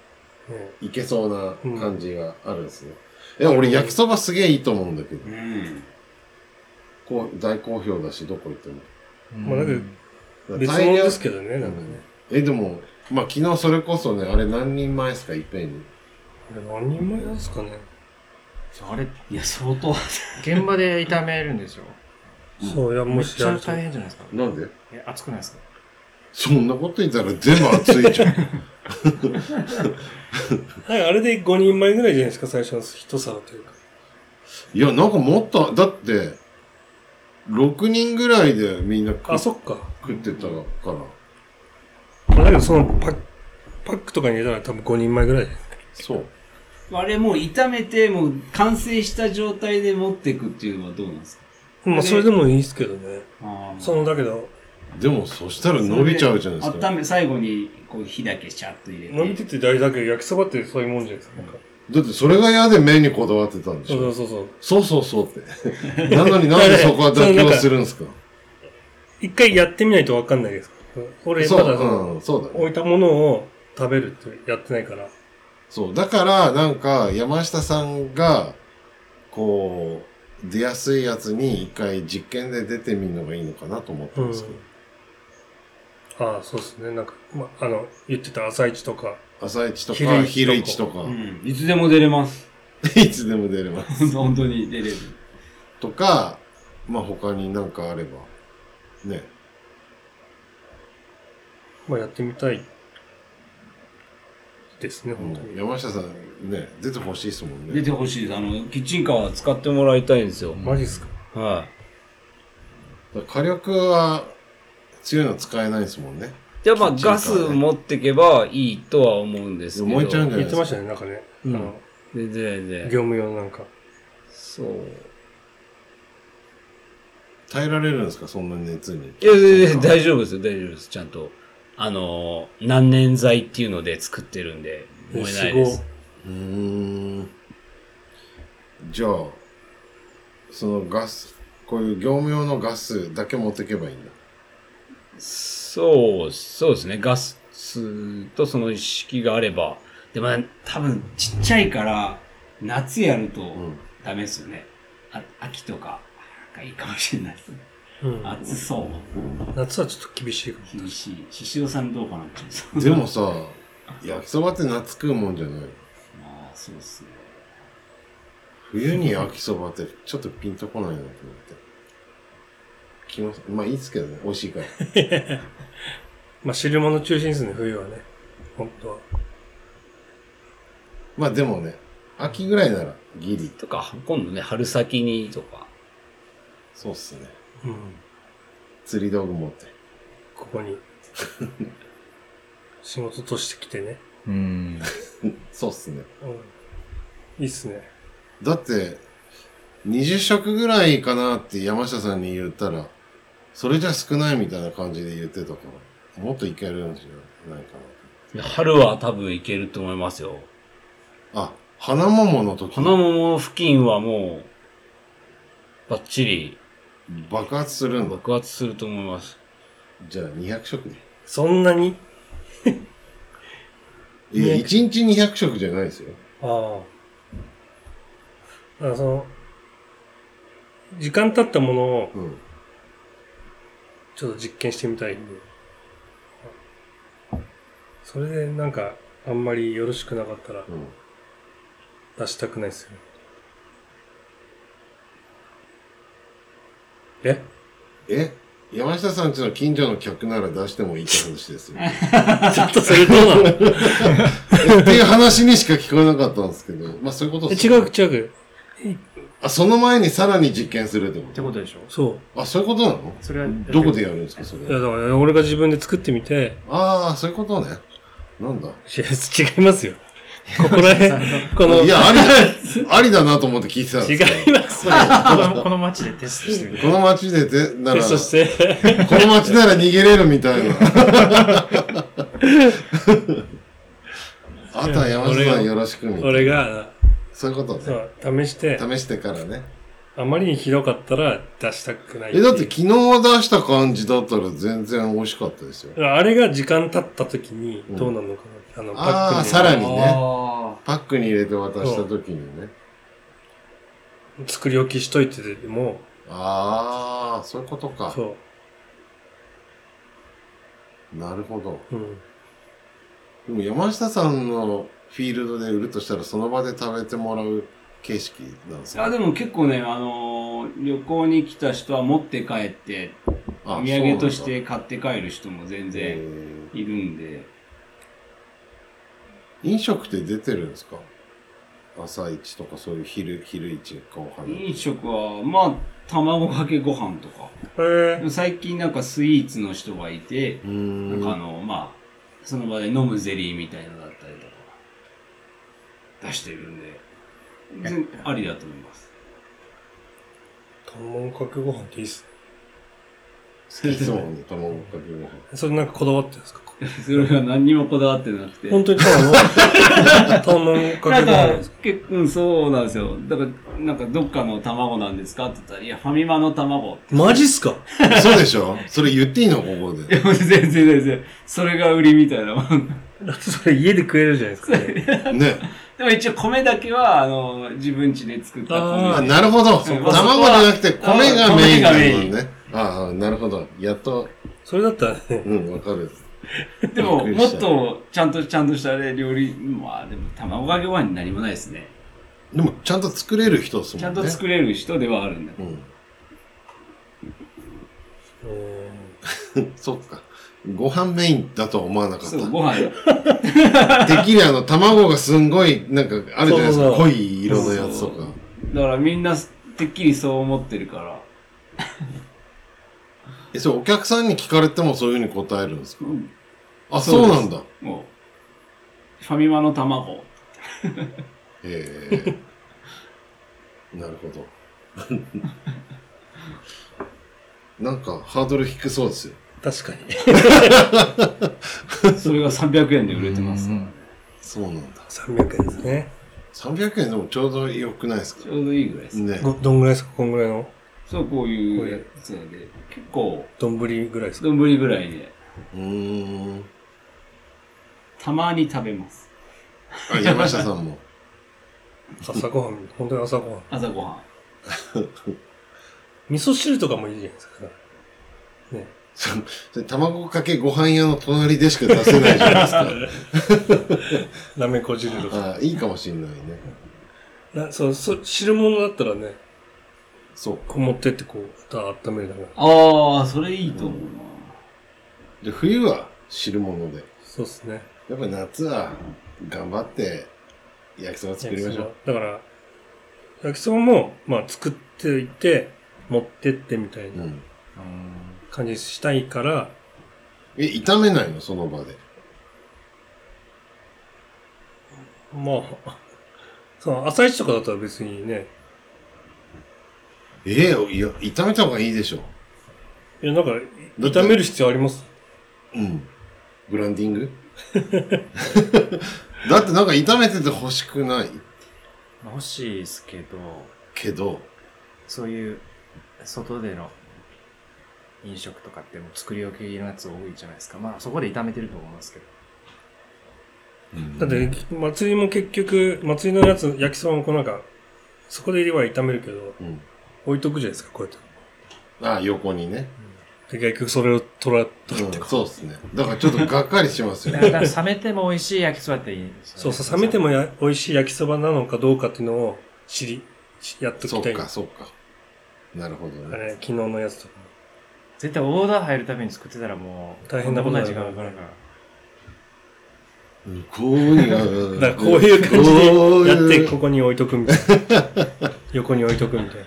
Speaker 1: ね、
Speaker 2: いけそうな感じがあるんですね。え、俺焼きそばすげえいいと思うんだけど。
Speaker 7: うん。
Speaker 2: こう大好評だし、どこ行っても。
Speaker 1: まあなんか別
Speaker 2: 大
Speaker 1: 物
Speaker 2: 量
Speaker 1: ですけどね、なんかね。
Speaker 2: え、でも、まあ昨日それこそね、あれ何人前ですか、いっぺんに。
Speaker 1: これ何人前なんですかね。
Speaker 8: あれ、
Speaker 7: いや、相当。
Speaker 8: 現場で炒めるんですよ。
Speaker 1: そう、いや、
Speaker 8: め
Speaker 1: も
Speaker 8: っ
Speaker 1: し
Speaker 8: ち
Speaker 1: や
Speaker 8: ゃ
Speaker 1: ると
Speaker 8: 大変じゃないですか。
Speaker 2: なんで
Speaker 8: え、熱くないですか
Speaker 2: そんなこと言ったら全部熱いじゃん。
Speaker 1: はい、あれで5人前ぐらいじゃないですか、最初の一皿というか。
Speaker 2: いや、なんかもっと、だって、6人ぐらいでみんな食
Speaker 1: あ、そっか。
Speaker 2: 食ってたから。
Speaker 1: まあだけど、そのパック、パックとかに入れたら多分5人前ぐらい。
Speaker 2: そう。
Speaker 5: あれもう炒めて、もう完成した状態で持っていくっていうのはどうなんですか
Speaker 1: まあ、それでもいいですけどね。
Speaker 5: あ
Speaker 1: その、だけど、
Speaker 2: でも、そしたら伸びちゃうじゃないですか。
Speaker 5: 温め、最後に、こう、火だけシャッと入れて。
Speaker 1: 伸びてって大事だけど、焼きそばってそういうもんじゃないですか。なんか
Speaker 2: だってそれが嫌で麺にこだわってたんでし
Speaker 1: そう
Speaker 2: ょ。
Speaker 1: そうそうそう。
Speaker 2: そうそうそうって。なのになんでそこは妥協するんですか
Speaker 1: 一回やってみないとわかんないです。俺、ま
Speaker 2: そ
Speaker 1: だその、
Speaker 2: う、うん、そうだ
Speaker 1: 置
Speaker 2: ね。
Speaker 1: いたものを食べるってやってないから。
Speaker 2: そう。だから、なんか、山下さんが、こう、出やすいやつに一回実験で出てみるのがいいのかなと思ったんですけど。
Speaker 1: ああ、そうですね。なんか、ま、あの、言ってた朝市とか。
Speaker 2: 朝一とか、
Speaker 1: 昼一とか
Speaker 2: 昼一とか、
Speaker 5: うん。いつでも出れます。
Speaker 2: いつでも出れます。
Speaker 5: 本当に出れる。
Speaker 2: とか、まあ他になんかあれば、ね。
Speaker 1: まあ、やってみたいですね、本当に。
Speaker 2: 山下さん、ね、出てほしいですもん
Speaker 5: 出
Speaker 2: ね。
Speaker 5: てほしいです。あの、キッチンカーは使ってもらいたいんですよ。
Speaker 1: マジっすか
Speaker 5: は
Speaker 2: 火力は強いの使えないですもんね。
Speaker 5: い。じゃあまあ、
Speaker 2: キッチンカーね
Speaker 5: ガス持ってけばいいとは思うんですけど。
Speaker 2: 燃えちゃうんじ
Speaker 1: 言
Speaker 2: ゃないで
Speaker 1: って
Speaker 2: す
Speaker 1: ま
Speaker 2: か
Speaker 1: し。たね、なんかね。
Speaker 5: うん
Speaker 1: あの、
Speaker 5: 全然
Speaker 1: 業
Speaker 5: 全然。
Speaker 1: 務用のなんか。
Speaker 5: そう。
Speaker 2: 耐えられるんですか、そんな熱に。
Speaker 5: いや、全然大丈夫ですよ、大丈夫です。ちゃんと。あの、何年剤っていうので作ってるんで、燃えないです。
Speaker 2: うーん。じゃあ、そのガス、こういう業務用のガスだけ持ってけばいいんだ。
Speaker 5: そう、そうですね。ガスとその意識があれば。でも、多分、ちっちゃいから、夏やると
Speaker 2: ん
Speaker 5: ダメですよね。あ秋とか、なんかいいかもしれないですね。
Speaker 1: うん、
Speaker 5: 暑そう。
Speaker 1: 夏はちょっと厳しいかも。
Speaker 5: 厳しい。獅子雄さんどうかなって思うんですよ。
Speaker 2: でもさ、焼きそばって夏食うもんじゃない
Speaker 5: まあ、そうですね。
Speaker 2: 冬に焼きそばってちょっとピンとこないなと思って。きます。まあいいっすけどね、美味しい から。
Speaker 1: まあ、汁物中心ですね、冬はね。本当は。
Speaker 2: まあでもね、秋ぐらいならギリ。
Speaker 5: とか、今度ね、春先にとか。
Speaker 2: そうっすね。
Speaker 1: うん。
Speaker 2: 釣り道具持って。
Speaker 1: ここに。仕事として来てね。
Speaker 9: うん。
Speaker 2: そうっすね。
Speaker 1: うん。いいっすね。
Speaker 2: だって、20食ぐらいかなって山下さんに言ったら、それじゃ少ないみたいな感じで言ってたから、もっといけるんじゃないか
Speaker 10: 春は多分いけると思いますよ。
Speaker 2: な。あ、花桃の時
Speaker 10: 花桃付近はもう、バッチリ
Speaker 2: 爆発するんだ。
Speaker 10: 爆発すると思います。
Speaker 2: じゃあ200食で。
Speaker 1: そんなに
Speaker 2: いや、1日200食じゃないですよ。
Speaker 1: ああ。だからその、時間経ったものを
Speaker 2: うん。
Speaker 1: ちょっと実験してみたいんで。それでなんか、あんまりよろしくなかったら
Speaker 2: うん。
Speaker 1: 出したくないっすよね。え
Speaker 2: え山下さんちの近所の客なら出してもいいって話で すよ。
Speaker 1: ちょっとそれどうなの
Speaker 2: えっていう話にしか聞こえなかったんですけど、まあそういうことっす
Speaker 1: 違う違う。
Speaker 2: あ、その前にさらに実験するってこ
Speaker 8: て
Speaker 2: と
Speaker 8: ことでしょ
Speaker 1: そ
Speaker 2: あ、そういうことなの
Speaker 8: それは
Speaker 2: ど こでやるんですか、それ
Speaker 1: う。い。やだから俺が自分で作ってみて、
Speaker 2: ああ、そういうことね。なんだ。
Speaker 1: いや違いますよ。ここら 辺、この、
Speaker 2: い
Speaker 1: 違
Speaker 2: や、あり、 ありだなと思って聞いてたんですよ。
Speaker 1: います。
Speaker 8: それこのこの街でテストしてみる
Speaker 2: この街でて、な
Speaker 1: テ
Speaker 2: ら、
Speaker 1: ストし
Speaker 2: こ
Speaker 1: て、
Speaker 2: の街なら逃げれるみた いな。あとは山下さんよろしくみたいな。
Speaker 1: 俺が、
Speaker 2: そういうこと
Speaker 1: そ
Speaker 2: ね。
Speaker 1: う、試して、
Speaker 2: 試してからね。
Speaker 1: あまりにひどかったら出したくない
Speaker 2: え、だって
Speaker 1: いう
Speaker 2: 昨日出した感じだったら全然美味しかったですよ。
Speaker 1: あれが時間経った時にどうなるのかな、あの、パック
Speaker 2: ああ、
Speaker 1: に。
Speaker 2: さらにね。
Speaker 8: あ
Speaker 2: パックに入れて渡した時にね。
Speaker 1: 作り置きしといてでも、
Speaker 2: ああ、そういうことか。
Speaker 1: そ
Speaker 2: なるほど。
Speaker 1: う。うん。
Speaker 2: でも山下さんのフィールドで売るとしたらその場で食べてもらう形式なんです
Speaker 5: あ
Speaker 2: か
Speaker 5: でも結構ね、あのー旅行に来た人は持って帰って、お土産とし。て買って帰る人も全
Speaker 2: そうなんだ
Speaker 5: 然
Speaker 2: え
Speaker 5: いるんで、
Speaker 2: ー飲食って出てるんですか朝一とかそういう昼、昼一かお花。
Speaker 5: 飲食は、まあ、卵かけご飯とか。
Speaker 1: へえ
Speaker 5: 最近なんかスイーツの人がいて、
Speaker 2: うー
Speaker 5: なん
Speaker 2: ん。
Speaker 5: かあの、まあ、その場で飲むゼリーみたいなのだったりとか、出してるんで、全ありだと思います。
Speaker 1: 卵かけご飯っていいっす
Speaker 2: 好きそうに卵かけご飯。
Speaker 1: ね。それなんかこだわってるんですか
Speaker 5: それは何にもこだわってなくて。
Speaker 1: 本当に卵卵か
Speaker 5: な
Speaker 1: け
Speaker 5: ん
Speaker 1: ご飯
Speaker 5: か
Speaker 1: ですか、
Speaker 5: 結構、うんそうなんですよ。だから、なんか、どっかの卵なんですかって言ったら、いや、ファミマの卵。
Speaker 1: マジっすか
Speaker 2: そうでしょそれ言っていいのここ
Speaker 5: い
Speaker 2: で。
Speaker 5: や、全然全然、それが売りみたいなもん。
Speaker 1: だってそれ家で食えるじゃないですか、ね。
Speaker 2: ね。
Speaker 5: でも一応、米だけは、あの、自分家で作った
Speaker 2: あ、
Speaker 5: 米で。
Speaker 2: なるほど。
Speaker 5: そこは
Speaker 2: 卵じゃなくて米がメインな
Speaker 5: 米が
Speaker 2: のね。ああ、なるほど。やっと、
Speaker 1: それだったらね、
Speaker 2: うん、わかる。
Speaker 5: でも、
Speaker 2: びっく
Speaker 5: も
Speaker 2: り
Speaker 5: っ
Speaker 2: した
Speaker 5: と、ちゃんと、ちゃんとしたね、料理、まあ、でも、卵かけご飯に何もないですね。
Speaker 2: でも、ちゃんと作れる人ですもんね。
Speaker 5: ちゃんと作れる人ではあるんだ。
Speaker 2: うん。
Speaker 1: うん
Speaker 2: そっか。ご飯メインだとは思わなかっ
Speaker 5: そう、
Speaker 2: た。
Speaker 5: ご飯。
Speaker 2: てっきりあの、卵がすんごい、なんか、あるじゃないです
Speaker 1: そう
Speaker 2: か。
Speaker 1: そう
Speaker 2: 濃い色のやつと
Speaker 5: そう
Speaker 2: か。
Speaker 5: だから、みんな、てっきりそう思ってるから。
Speaker 2: え、それお客さんに聞かれてもそういうふうに答えるんですか
Speaker 5: うん
Speaker 2: あ、
Speaker 5: そう
Speaker 2: そ
Speaker 5: で
Speaker 2: う
Speaker 5: す
Speaker 2: なんだ。
Speaker 5: もう、ファミマの卵。
Speaker 2: へえ。なるほど。 なんか、ハードル低そうですよ。
Speaker 1: 確かに。
Speaker 5: それが300円で売れてます。
Speaker 2: そうなんだ。
Speaker 1: 300円ですね。
Speaker 2: 300円でもちょうど良くないです
Speaker 5: ち
Speaker 2: か
Speaker 5: ょうどいいぐらいです。
Speaker 2: ね。
Speaker 1: ごどんぐらいですかこんぐらいの
Speaker 5: そう、こういうやつなんで、結構、
Speaker 1: 丼ぐらいですか
Speaker 5: 丼ぐらいで、
Speaker 2: うーん。
Speaker 5: たまに食べます。
Speaker 2: あ、山下さんも。
Speaker 1: 朝ごはん、本当に朝ごはん。
Speaker 5: 朝ごはん。
Speaker 1: 味噌汁とかもいいじゃないですか。ね。
Speaker 2: そそれ卵かけご飯屋の隣でしか出せないじゃないですか。
Speaker 1: なめこ汁とか。
Speaker 2: あいいかもしんないね。
Speaker 1: なそう、そう、汁物だったらね、
Speaker 2: そう。
Speaker 1: こう持ってってこう、また温めるだから。
Speaker 5: ああ、それいいと思うな。
Speaker 2: で、冬は汁物で。
Speaker 1: そうっすね。
Speaker 2: やっぱ夏は頑張って焼きそば作りましょう。。
Speaker 1: だから、焼きそばも、まあ作っておいて、持ってってみたいうなん感じしたいから、
Speaker 2: え、炒めないのその場で。
Speaker 1: まあ、 その朝一とかだったら別にね、
Speaker 2: ええいや、炒めた方がいいでしょ。
Speaker 1: いや、なんか、
Speaker 2: だって
Speaker 1: 炒める必要あります
Speaker 2: うん。ブランディ ングだってなんか炒めてて欲しくない
Speaker 8: まあ欲しいですけど、
Speaker 2: けど、
Speaker 8: そういう外での飲食とかってもう作り置きのやつ多いじゃないですか。まあそこで炒めてると思いますけど。
Speaker 1: だって、祭りも結局、祭りのやつ、焼きそばもこうなんか、そこで入れは炒めるけど、
Speaker 2: うん
Speaker 1: 置いとくじゃないですか、こうやっ
Speaker 2: ああ、横にね。
Speaker 1: て。で結局それを取ら、
Speaker 2: う
Speaker 1: 取って
Speaker 2: ん、
Speaker 1: こう。
Speaker 2: そうですね。だからちょっとがっかりしますよ
Speaker 8: だか
Speaker 2: ね。
Speaker 8: ら冷めても美味しい焼きそばっていいです
Speaker 1: そ
Speaker 8: よ
Speaker 1: う
Speaker 8: ね
Speaker 1: そう、冷めてもや美味しい焼きそばなのかどうかっていうのを知り、しやっと
Speaker 2: そ
Speaker 1: き
Speaker 2: う
Speaker 1: たい。
Speaker 2: か、
Speaker 1: あ
Speaker 2: そうか。なるほどね。
Speaker 1: れ、昨日のやつとか。
Speaker 8: 絶対オーダー入るために作ってたらもう、
Speaker 1: 大変なこと
Speaker 8: こん
Speaker 1: に
Speaker 8: な
Speaker 1: なる
Speaker 8: 時間かかるから。
Speaker 2: こういう
Speaker 1: だからこういう感じ
Speaker 2: こう
Speaker 1: で、
Speaker 2: い
Speaker 1: やっ
Speaker 2: う
Speaker 1: てここに置いとくみたいな。横に置いとくみたいな。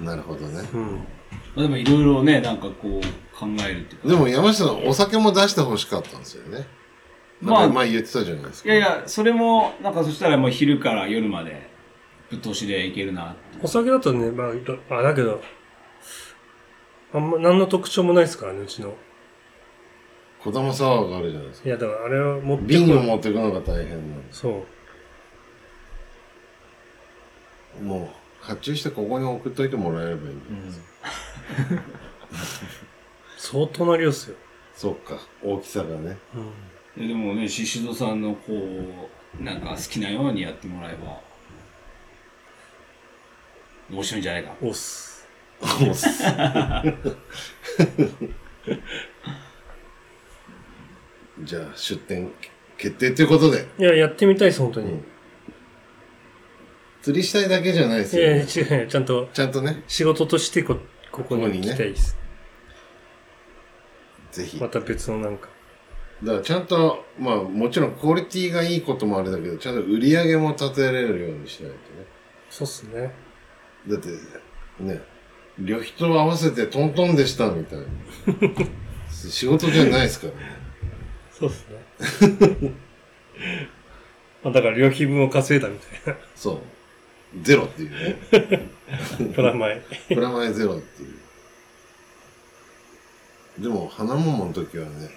Speaker 2: なるほどね。
Speaker 1: うん。
Speaker 7: まあでもいろいろね、なんかこう考えるっていうか。
Speaker 2: でも山下さん、お酒も出して欲しかったんですよね。ま
Speaker 7: ま
Speaker 2: あ、
Speaker 7: あ
Speaker 2: 前言ってたじゃないです
Speaker 7: い
Speaker 2: か。
Speaker 7: やいや、それも、なんかそしたらもう昼から夜までぶっ通しでいけるなって。
Speaker 1: お酒だとね、まあいろ、あ、だけど、あんま、何の特徴もないですからね、うちの。
Speaker 2: 小玉サワーがあるじゃないですか。
Speaker 1: いや、だからあれは持ってこ
Speaker 2: 瓶を
Speaker 1: ない。
Speaker 2: 持ってくのが大変なんです。
Speaker 1: そう。
Speaker 2: もう、発注してここに送っといてもらえればいいんだ。
Speaker 1: 相当な量っすよ。
Speaker 2: そっか、大きさがね。
Speaker 1: うん。
Speaker 7: ででもね、ししどさんのこう、なんか好きなようにやってもらえば、面白いんじゃないか。
Speaker 1: 押す。
Speaker 2: じゃあ、出店決定ということで。
Speaker 1: いや、やってみたいです、本当に。
Speaker 2: うん釣りしたいだけじゃないです
Speaker 1: い
Speaker 2: よ、
Speaker 1: やいや、
Speaker 2: ね。
Speaker 1: 違うよちゃんと
Speaker 2: ちゃんとね、
Speaker 1: 仕事としてこ、ここ
Speaker 2: ここに
Speaker 1: に
Speaker 2: ね
Speaker 1: 来たいです。
Speaker 2: ぜひ。
Speaker 1: また別のなんか。
Speaker 2: だからちゃんと、まあもちろんクオリティがいいこともあれだけど、ちゃんと売り上げも立てれるようにしないとね。
Speaker 1: そうっすね。
Speaker 2: だって、ね、旅費と合わせてトントンでしたみたいな。仕事じゃないですからね。
Speaker 1: そうっすね。 まあだから、料金分を稼いだみたい
Speaker 2: そう。ゼロっていうね。
Speaker 1: な。プラマイ。
Speaker 2: プラマイゼロっていう。でも、花桃の時はね、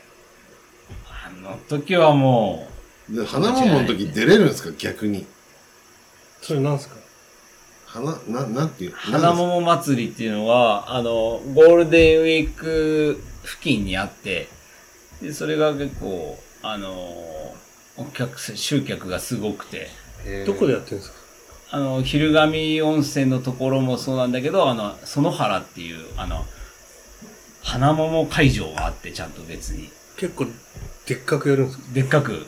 Speaker 5: あの時はも
Speaker 2: で花桃の時出れるんですか逆に。
Speaker 1: それなんすか
Speaker 2: 花、な、なんていう
Speaker 5: う、花
Speaker 2: なんで
Speaker 5: 桃祭りっていうのは、あの、ゴールデンウィーク付近にあって、で、それが結構、あの、お客さん、集客がすごくて、
Speaker 1: どこでやってるんですか
Speaker 5: あの、昼神温泉のところもそうなんだけど、あの、園原っていう、あの、花桃会場があって、ちゃんと別に。
Speaker 1: 結構、でっかくやるんですか
Speaker 5: でっかく、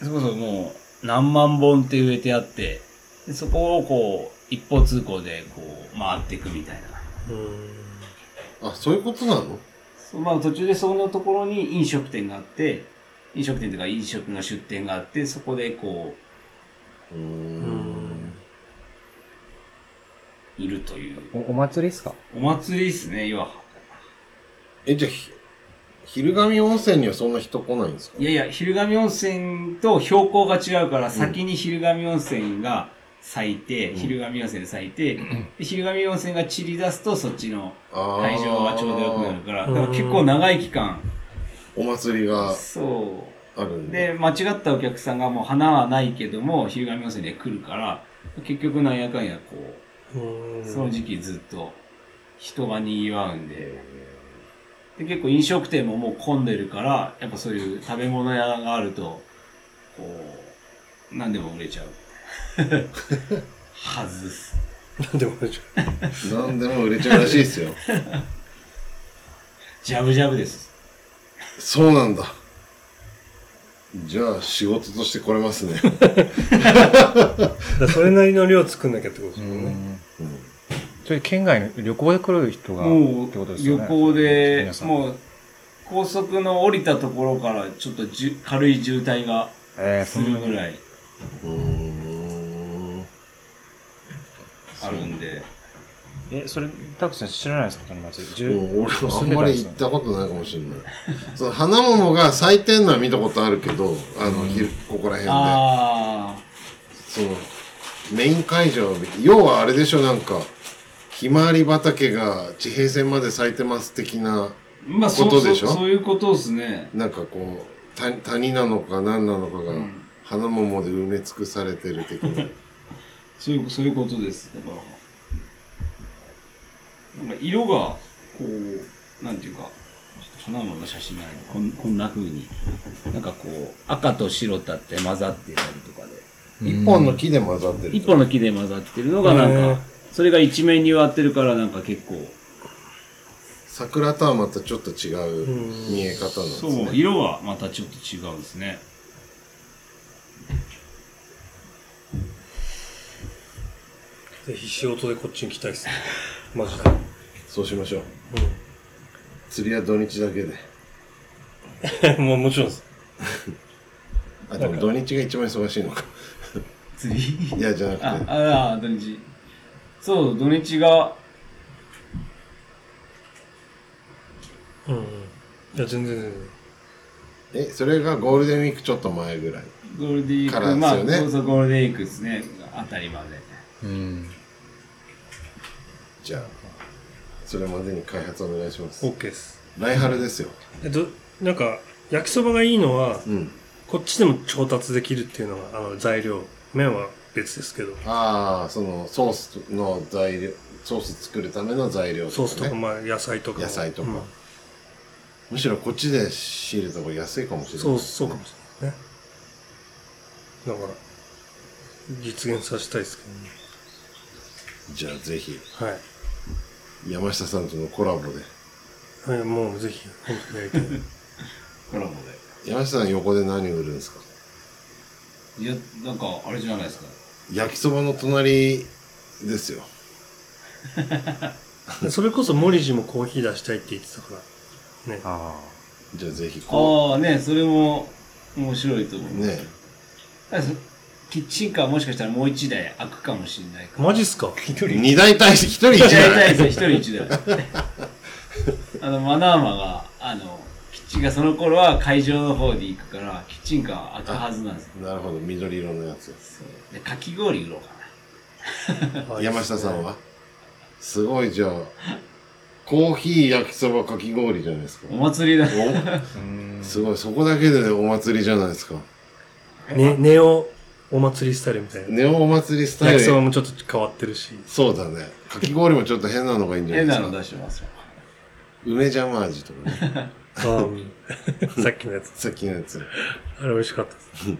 Speaker 5: それこそもう何万本って植えてあって、でそこをこう、一方通行でこう、回っていくみたいな。
Speaker 1: うーん。
Speaker 2: すかあ、そういうことなの
Speaker 7: そうまあ途中でそのところに飲食店があって、飲食店というか飲食の出店があって、そこでこ
Speaker 2: うーん。
Speaker 7: う、いるという。
Speaker 4: おお祭りっすか
Speaker 7: お祭りですね、要は。
Speaker 2: え、じゃあ、ひ昼神温泉にはそんな人来ないんですか
Speaker 7: いやいや、昼神温泉と標高が違うから、先に昼神温泉が咲いて、
Speaker 2: うん
Speaker 7: 昼神温泉咲いて、で昼神温泉が散り出すと、そっちの
Speaker 2: あー
Speaker 7: 会場がちょうどよくなるから、
Speaker 1: うん
Speaker 7: だから結構長い期間、
Speaker 2: お祭りが
Speaker 7: そ
Speaker 2: あるん
Speaker 7: う。
Speaker 2: で。
Speaker 7: で、間違ったお客さんがもう花はないけども、昼神温泉で来るから、結局なんやかんやこ
Speaker 1: うーん
Speaker 7: う、その時期ずっと人が賑わうんで、で、結構飲食店ももう混んでるから、やっぱそういう食べ物屋があると、こう、何でも売れちゃ う。はずっす。
Speaker 1: でも大丈
Speaker 2: 何でも売れちゃうらしいです よ。
Speaker 7: ジャブジャブです。
Speaker 2: そうなんだ。じゃあ、仕事として来れま すね。
Speaker 1: 夫。だからそれなりの量作んなきゃってことですもんね。
Speaker 2: うん
Speaker 4: それ県外の旅行で来る人が
Speaker 7: もう
Speaker 4: ってことですよ
Speaker 7: 旅
Speaker 4: ね。
Speaker 7: 行で
Speaker 4: 皆さ、ん
Speaker 7: もう高速の降りたところからちょっとじゅ軽い渋滞が
Speaker 4: えー、
Speaker 7: す
Speaker 4: そ
Speaker 7: る
Speaker 4: んな
Speaker 7: ぐらいう
Speaker 2: ーん
Speaker 7: あるんで、
Speaker 8: え、それ、タクさん知らないですかこの祭り。
Speaker 2: もう俺はあんまり行っ
Speaker 8: った
Speaker 2: ことないかもしれない。その花桃が咲いてんのは見たことあるけど、あの、ひここら辺で。
Speaker 5: あ
Speaker 2: そのメイン会場を見て、要はあれでしょ、なんか、ひまわり畑が地平線まで咲いてます的な、
Speaker 5: あ。まあ、そ
Speaker 2: こ
Speaker 5: う
Speaker 2: とでしょ
Speaker 5: そうそういうことですね。
Speaker 2: なんかこう、た谷なのか何なのかが、花桃で埋め尽くされてる的な。
Speaker 5: そういう、そういうことです。だから、なんか色が、こう、なんていうか、ちょっと花の写真ないなこんこんな風に、なんかこう、赤と白だって混ざってたりとかで、
Speaker 2: 一本の木で混ざってる。
Speaker 5: 一本の木で混ざってるのがなんか、それが一面に割ってるからなんか結構、
Speaker 2: 桜とはまたちょっと違う見え方なんです
Speaker 5: そ
Speaker 2: ね
Speaker 5: う、。色がまたちょっと違うんですね。
Speaker 1: ぜひ仕事でこっちに来たい っすね。マジで。
Speaker 2: そうしましょう。釣りは土日だけで。
Speaker 1: うん。もうもちろんです。
Speaker 2: あ、でも土日が一番忙しいのか。
Speaker 5: 釣り
Speaker 2: いや、じゃな
Speaker 5: あ
Speaker 2: く、て。
Speaker 5: ああ、土日。そう、土日が、
Speaker 1: うんうん。いや、全然全然。
Speaker 2: え、それがゴールデンウィークちょっと前ぐらい。
Speaker 5: ゴールデンウィ
Speaker 2: か
Speaker 5: ー
Speaker 2: らで
Speaker 5: ク、
Speaker 2: す
Speaker 5: まあ、
Speaker 2: よね
Speaker 5: そうそう、ゴールデンウィークですね。あたりまで。
Speaker 11: うん。
Speaker 2: じゃあ、それまでに開発お願いします。
Speaker 1: OK です。
Speaker 2: 来春ですよ。
Speaker 1: えっと、なんか、焼きそばがいいのは、
Speaker 2: うん。
Speaker 1: こっちでも調達できるっていうのが、あの、材料。麺は別ですけど、
Speaker 2: ああ、そのソースの材料、ソース作るための材料
Speaker 1: ソ
Speaker 2: と
Speaker 1: ースと
Speaker 2: か
Speaker 1: か、
Speaker 2: ね。
Speaker 1: まあ、野菜とか。
Speaker 2: 野菜とか
Speaker 1: うん
Speaker 2: むしろこっちで仕入れた方が安いかもしれない。
Speaker 1: そう、そうかもしれないね。だから、実現させたいですけ
Speaker 2: じゃあぜひ、
Speaker 1: どね。はい。
Speaker 2: 山下さんとのコラボで。
Speaker 1: はい、もうぜひ、本当にやりたい。
Speaker 5: コラボ
Speaker 2: 山下さん横で何売るんですか
Speaker 5: で。いや、なんか、あれじゃないですか。
Speaker 2: 焼きそばの隣ですよ。
Speaker 1: でそれこそ、モリジもコーヒー出したいって言ってたから。ね。
Speaker 8: あ
Speaker 2: じゃあぜひこ
Speaker 5: ああ、ね、それも、面白いと思う。
Speaker 2: う。ね
Speaker 5: ただそキッチンカーもしかしたらもう一台開くかもしれないから。
Speaker 1: マジっすか
Speaker 2: 二大体一人一
Speaker 5: 一台
Speaker 2: 台。
Speaker 5: 対戦一人一 台。あの、マナーマが、あの、キッチンカー、その頃は会場の方で行くから、キッチンカー開くはずなんですよ
Speaker 2: なるほど、緑色のやつ。
Speaker 5: で、かき氷売ろうか
Speaker 2: 山下さんはすごいじゃあ、コーヒー、焼きそば、かき氷じゃないですか
Speaker 5: な。お。祭りだ。
Speaker 2: すごい、そこだけでお祭りじゃないですか。
Speaker 1: ね、ネオお祭りスタイルみたいな。
Speaker 2: ネオお祭りスタイ
Speaker 1: 焼きそば
Speaker 2: ル。
Speaker 1: もちょっと変わってるし。
Speaker 2: そうだね。かき氷もちょっと変なのがいいんじゃない
Speaker 5: 変
Speaker 2: です
Speaker 5: な
Speaker 2: か。
Speaker 5: の出してますよ。
Speaker 2: 梅ジャム味とかね。
Speaker 1: さっきのやつ。
Speaker 2: さっきのやつ。
Speaker 1: あれ美味しかったです。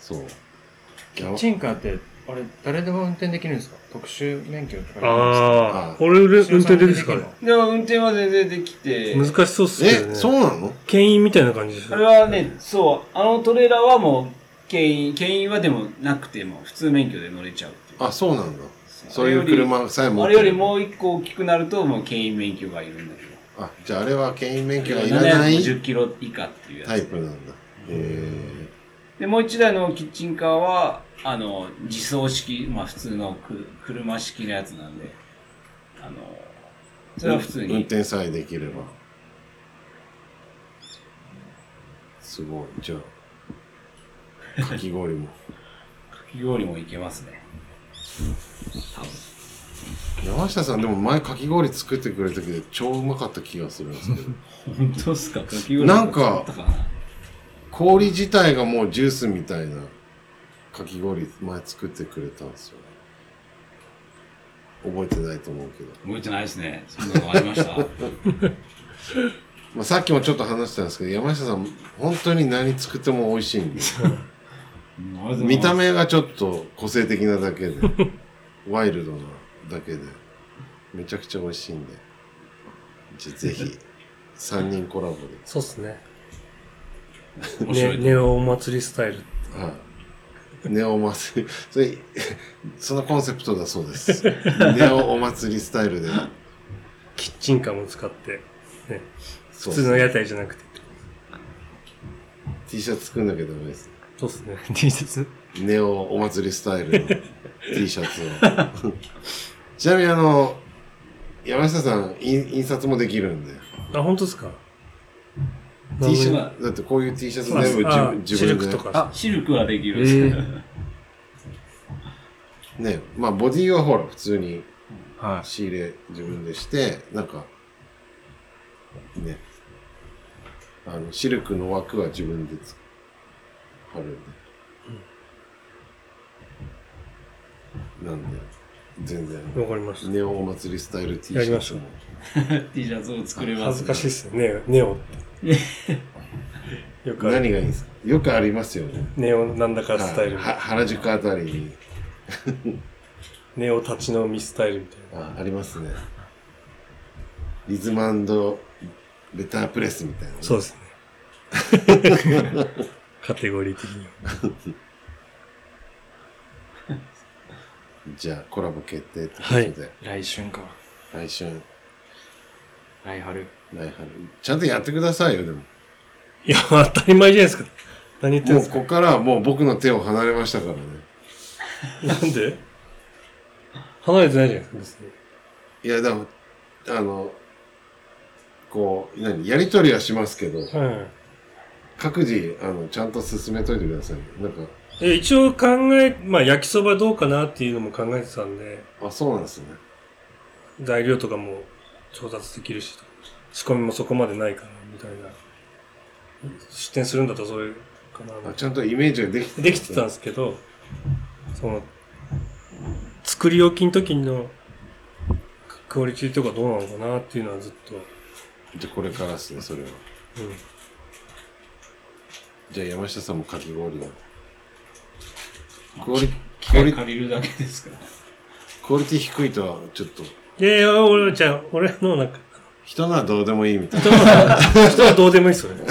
Speaker 2: そう。
Speaker 8: あ。チンカーって、あれ、誰でも運転できるんですか特殊免許とか
Speaker 1: あ
Speaker 2: あ
Speaker 1: あ、俺運
Speaker 8: あるんです
Speaker 1: 転
Speaker 8: か
Speaker 1: でですかね。
Speaker 5: でも運転は全然できて、
Speaker 1: 難しそうっすけど
Speaker 2: え、
Speaker 1: ね。
Speaker 2: そうなの
Speaker 1: 牽引みたいな感じです
Speaker 5: あれはね、そう、あのトレーラーはもう、牽引、牽引はでもなくても、普通免許で乗れちゃうっていう。
Speaker 2: あ、そうなんだ。
Speaker 5: そう
Speaker 2: そういう車さえ持
Speaker 5: あ
Speaker 2: っ
Speaker 5: れよ
Speaker 2: て
Speaker 5: り
Speaker 2: る。
Speaker 5: もう一個大きくなると、もう牽引免許がいるんだけど。
Speaker 2: あ、じゃああれは牽引免許がいらない
Speaker 5: 750キロ以下っていうやつ。
Speaker 2: タイプなんだ。え
Speaker 5: で、もう一台のキッチンカーは、あの、自走式、まあ普通のく車式のやつなんで、あの、それは普通
Speaker 2: ー、運
Speaker 5: に。
Speaker 2: 転さえできれば。すごい。じゃあ、かき氷も。
Speaker 5: かき氷もいけますね。
Speaker 2: 山下さんでも前かき氷作ってくれたけど超うまかった気がするんですけど
Speaker 5: 本当っすかかき氷
Speaker 2: なんか
Speaker 5: 作ったな
Speaker 2: 氷自体がもうジュースみたいなかき氷前作ってくれたんですよ覚えてないと思うけど、
Speaker 5: 覚えてないですね。そんなのあり ました。
Speaker 2: まあ、さっきもちょっと話したんですけど山下さん本当に何作っても美味しいんです見た目がちょっと個性的なだけで ワイルドなだけでめちゃくちゃ美味しいんでじゃあぜひ3人コラボで
Speaker 1: そうっすね。
Speaker 5: 面白
Speaker 1: ね
Speaker 5: い。
Speaker 1: ネオお祭りスタイル。
Speaker 2: はい。ネオお祭り、それ、そのコンセプトだそ うです。ネオお祭りスタイルで。
Speaker 1: キッチンカーも使って。ね、
Speaker 2: そ
Speaker 1: 普
Speaker 2: う
Speaker 1: 通の屋台じゃなくて。
Speaker 2: T シャツ作んなきゃダメです。
Speaker 1: そうっすね。
Speaker 11: T シャツ
Speaker 2: ネオお祭りスタイルの T シャツを。 ちなみにあの、山下さん、印印刷もできるんで。
Speaker 1: あ、本当ですか
Speaker 2: T シ
Speaker 1: な
Speaker 2: ャツ、だってこういう T シャツ
Speaker 1: んで
Speaker 2: 全部
Speaker 1: あ
Speaker 2: 自
Speaker 1: シル
Speaker 2: 分自
Speaker 1: ク
Speaker 2: 分
Speaker 1: と
Speaker 2: で。
Speaker 1: か。
Speaker 5: シルクはできるんですけど、
Speaker 2: ね、まあボディはほら、普通に
Speaker 12: は
Speaker 2: 仕入れ自分でして、なんか、ね、あの、シルクの枠は自分でつ貼るんで。なんで、全然、
Speaker 1: わかりました。
Speaker 2: ネオお祭りスタイル T シ
Speaker 1: やりま
Speaker 2: ャ
Speaker 1: し
Speaker 2: ツ
Speaker 1: ょう
Speaker 2: も。
Speaker 5: T シャツを作れま
Speaker 1: 恥ず
Speaker 5: すね、
Speaker 1: かしいっすよね。ネオ って。よくある。
Speaker 2: 何がいいんですかよくありますよね。
Speaker 1: ネオなんだか
Speaker 2: は
Speaker 1: スタイル。
Speaker 2: は原宿あたりに
Speaker 1: ネオ立ち飲みスタイルみたい
Speaker 2: あありますねリズムベタープレスみたいな、
Speaker 1: な。そうですね。 カテゴリー的には。
Speaker 2: じゃあコラボ決定ってことで、
Speaker 8: 来春か。
Speaker 2: 来春来
Speaker 8: 来春。
Speaker 2: 春ちゃんとやってくださいよでも
Speaker 1: いや、当たり前じゃないですか。何言ってるん
Speaker 2: もう
Speaker 1: ですか
Speaker 2: ここからはもう僕の手を離れましたからね
Speaker 1: なんで離れてないじゃないですか、
Speaker 2: いやでもあのこう何やり取りはしますけど
Speaker 1: 別に。はい。
Speaker 2: 各自あのちゃんと進めといてくださいなんか
Speaker 1: え一応考え、まあ焼きそばどうかなっていうのも考えてたんで、
Speaker 2: あそうなんですね
Speaker 1: 材料とかも調達できるし、仕込みもそこまでないかな、みたいな。出店するんだったらそれか
Speaker 2: あ
Speaker 1: な。
Speaker 2: ちゃんとイメージができて
Speaker 1: できてたんですけど、その、作り置きの時のクオリティとかどうなのかなっていうのはずっと、
Speaker 2: じゃあこれからですねそれは
Speaker 1: うん。
Speaker 2: じゃあ山下さんもかき氷をクオリ
Speaker 5: 機械借りるだけですから。ク
Speaker 2: クオリティ低いとはちょっと
Speaker 1: で、俺、じゃあ、俺のなんか、
Speaker 2: 人のはどうでもいいみたいな
Speaker 1: 人は、人はどうでもいいっすよね。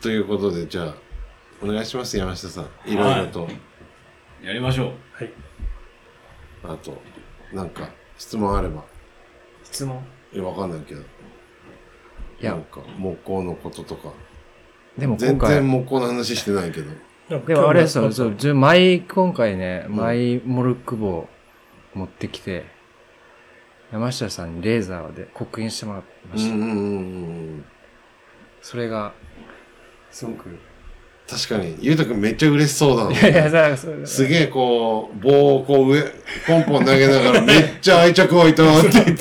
Speaker 2: ということでじゃあお願いします山下さんいろいろと、
Speaker 5: やりましょ
Speaker 1: は
Speaker 5: う。
Speaker 1: い。
Speaker 2: あとなんか質問あれば
Speaker 8: 質問
Speaker 2: いやわかんないけど
Speaker 12: い。いや
Speaker 2: なん、か木工のこととか
Speaker 12: でも今
Speaker 2: 全
Speaker 12: 回
Speaker 2: 然、木工の話してないけど
Speaker 1: なんか
Speaker 12: でもあれですよ、そうう、自分前、今回ね、
Speaker 2: うん
Speaker 12: マイモルク棒持ってきて、山下さんにレーザーで刻印してもらいま
Speaker 2: うん
Speaker 12: した。
Speaker 2: うんうんうんうん
Speaker 12: それ が、
Speaker 8: すごく。
Speaker 2: 確かにゆうたくんめっちゃ嬉しそうだ
Speaker 12: いやいや、
Speaker 2: な
Speaker 12: だからそれ
Speaker 2: すげえこう棒をこう上ポンポン投げながらめっちゃ愛着湧いたなって言って
Speaker 8: い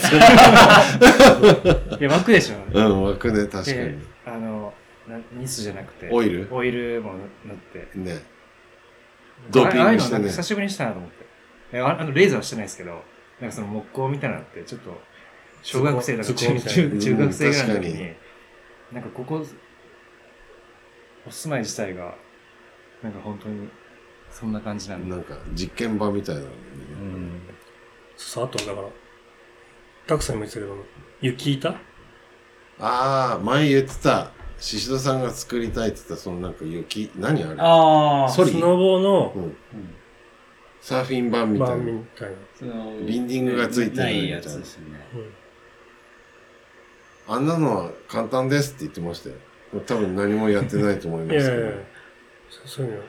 Speaker 8: や、枠 でしょ。
Speaker 2: うん湧くね確か
Speaker 8: で
Speaker 2: に、
Speaker 8: あの、なニスじゃなくて、
Speaker 2: オイル
Speaker 8: オイルも塗って。
Speaker 2: ねドーピ
Speaker 8: あああ
Speaker 2: ン
Speaker 8: いう
Speaker 2: グし
Speaker 8: の
Speaker 2: て
Speaker 8: なんか
Speaker 2: ね
Speaker 8: 久しぶりにしたなと思って。えああの、レーザーはしてないですけど、なんかその木工みたいなのって、ちょっと、小学生だ
Speaker 1: 図
Speaker 8: か
Speaker 1: 工
Speaker 8: 中
Speaker 1: みたい
Speaker 2: な
Speaker 8: 中中学生ぐらい
Speaker 2: うん確か
Speaker 8: の時に、なんかここ、お住まい自体が、なんか本当に、そんな感じなんで。
Speaker 2: なんか実験場みたいなのね
Speaker 12: うん。
Speaker 1: そう、あと、だから、たくさんも言ってたけど、雪板
Speaker 2: ああ、前言ってた、宍戸さんが作りたいって言った、そのなんか雪、何あれ
Speaker 5: ああ、
Speaker 2: ソリ
Speaker 1: スノボの
Speaker 2: うん。サーフィン版みたい
Speaker 1: 版
Speaker 2: な。
Speaker 1: みたいな。
Speaker 5: その
Speaker 2: ビンディングがついてる
Speaker 5: ないやつですね。
Speaker 1: うん
Speaker 2: あんなのは簡単ですって言ってましたよ。多分何もやってないと思い
Speaker 1: い
Speaker 2: ま
Speaker 1: やい
Speaker 2: す
Speaker 1: や
Speaker 2: け
Speaker 1: い
Speaker 2: ど
Speaker 1: や。そそういうの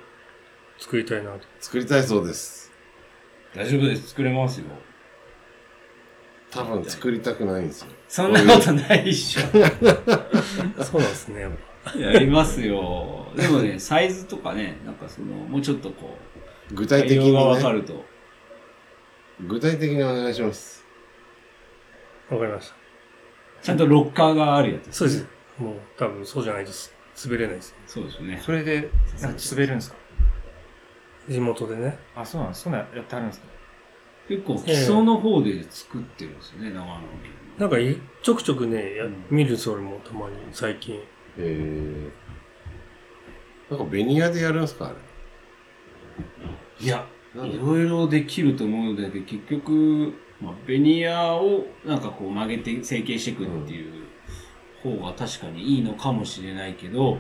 Speaker 1: 作りたいなと。
Speaker 2: 作りたいそうです。
Speaker 5: 大丈夫です。作れますよ。
Speaker 2: 多分作りたくないんですよ。
Speaker 5: そんなことないっしょ。
Speaker 1: そうなんです ね。
Speaker 5: やりますよ。でもね、サイズとかね、なんかその、もうちょっとこう、
Speaker 2: 具体
Speaker 5: 対
Speaker 2: 的
Speaker 5: 応がわ
Speaker 2: に、
Speaker 5: か
Speaker 2: ね、
Speaker 5: ると。
Speaker 2: 具体的にお願いします。
Speaker 1: わかりまし
Speaker 5: ちゃんとロッカーがあるや
Speaker 1: た。
Speaker 5: つ。
Speaker 1: そうです。もう多分そうじゃないとす滑れないです。
Speaker 5: そうですよね。
Speaker 8: それで、なんか滑るんですか
Speaker 1: 地元でね。
Speaker 8: あ、そうなんです。そんなやってあるんですか
Speaker 5: 結構、基礎の方で作ってるんですよね、長野県。
Speaker 1: なんかいちょくちょくね、や
Speaker 5: うん
Speaker 1: 見るんですよ、俺もたまに最近。
Speaker 2: えー。なんかベニヤでやるんすかあれ。
Speaker 5: いや、
Speaker 2: なん
Speaker 5: い
Speaker 2: で
Speaker 5: ろいろできると思うので、結局、まあ、ベニヤをなんかこう曲げて成形していくっていう方が確かにいいのかもしれないけど、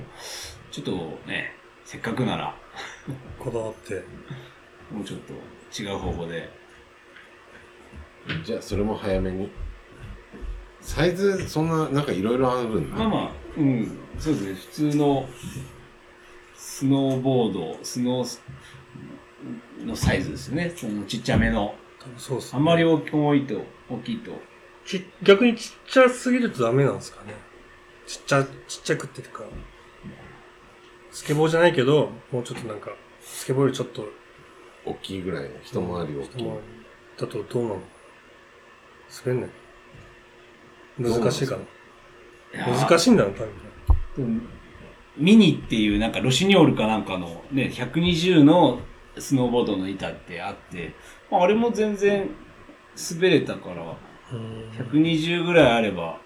Speaker 5: ちょっとね、せっかくなら、
Speaker 1: こだわって。
Speaker 5: もうちょっと違う方法で。
Speaker 2: じゃあそれも早めに。サイズ、そんな、なんかいろいろあるんだ。
Speaker 5: まあまあ、うん、そうですね、普通のスノーボード、スノースのサイズですよね。そのちっちゃめの。
Speaker 1: 多分そうっす、
Speaker 5: あんまり大き重いと、大きいと。
Speaker 1: ち、逆にちっちゃすぎるとダメなんですかね。ちっちゃ、ちっちゃくっていうか、スケボーじゃないけど、もうちょっとなんか、スケボーよりちょっと、
Speaker 2: 大きいぐらいの、一回り大きい。
Speaker 1: 一だとどうなの滑んない難しいかな難しいんだろう、多分。
Speaker 5: ミニっていうなんかロシニョールかなんかのね、120のスノーボードの板ってあって、まあ、あれも全然滑れたから、120ぐらいあれば、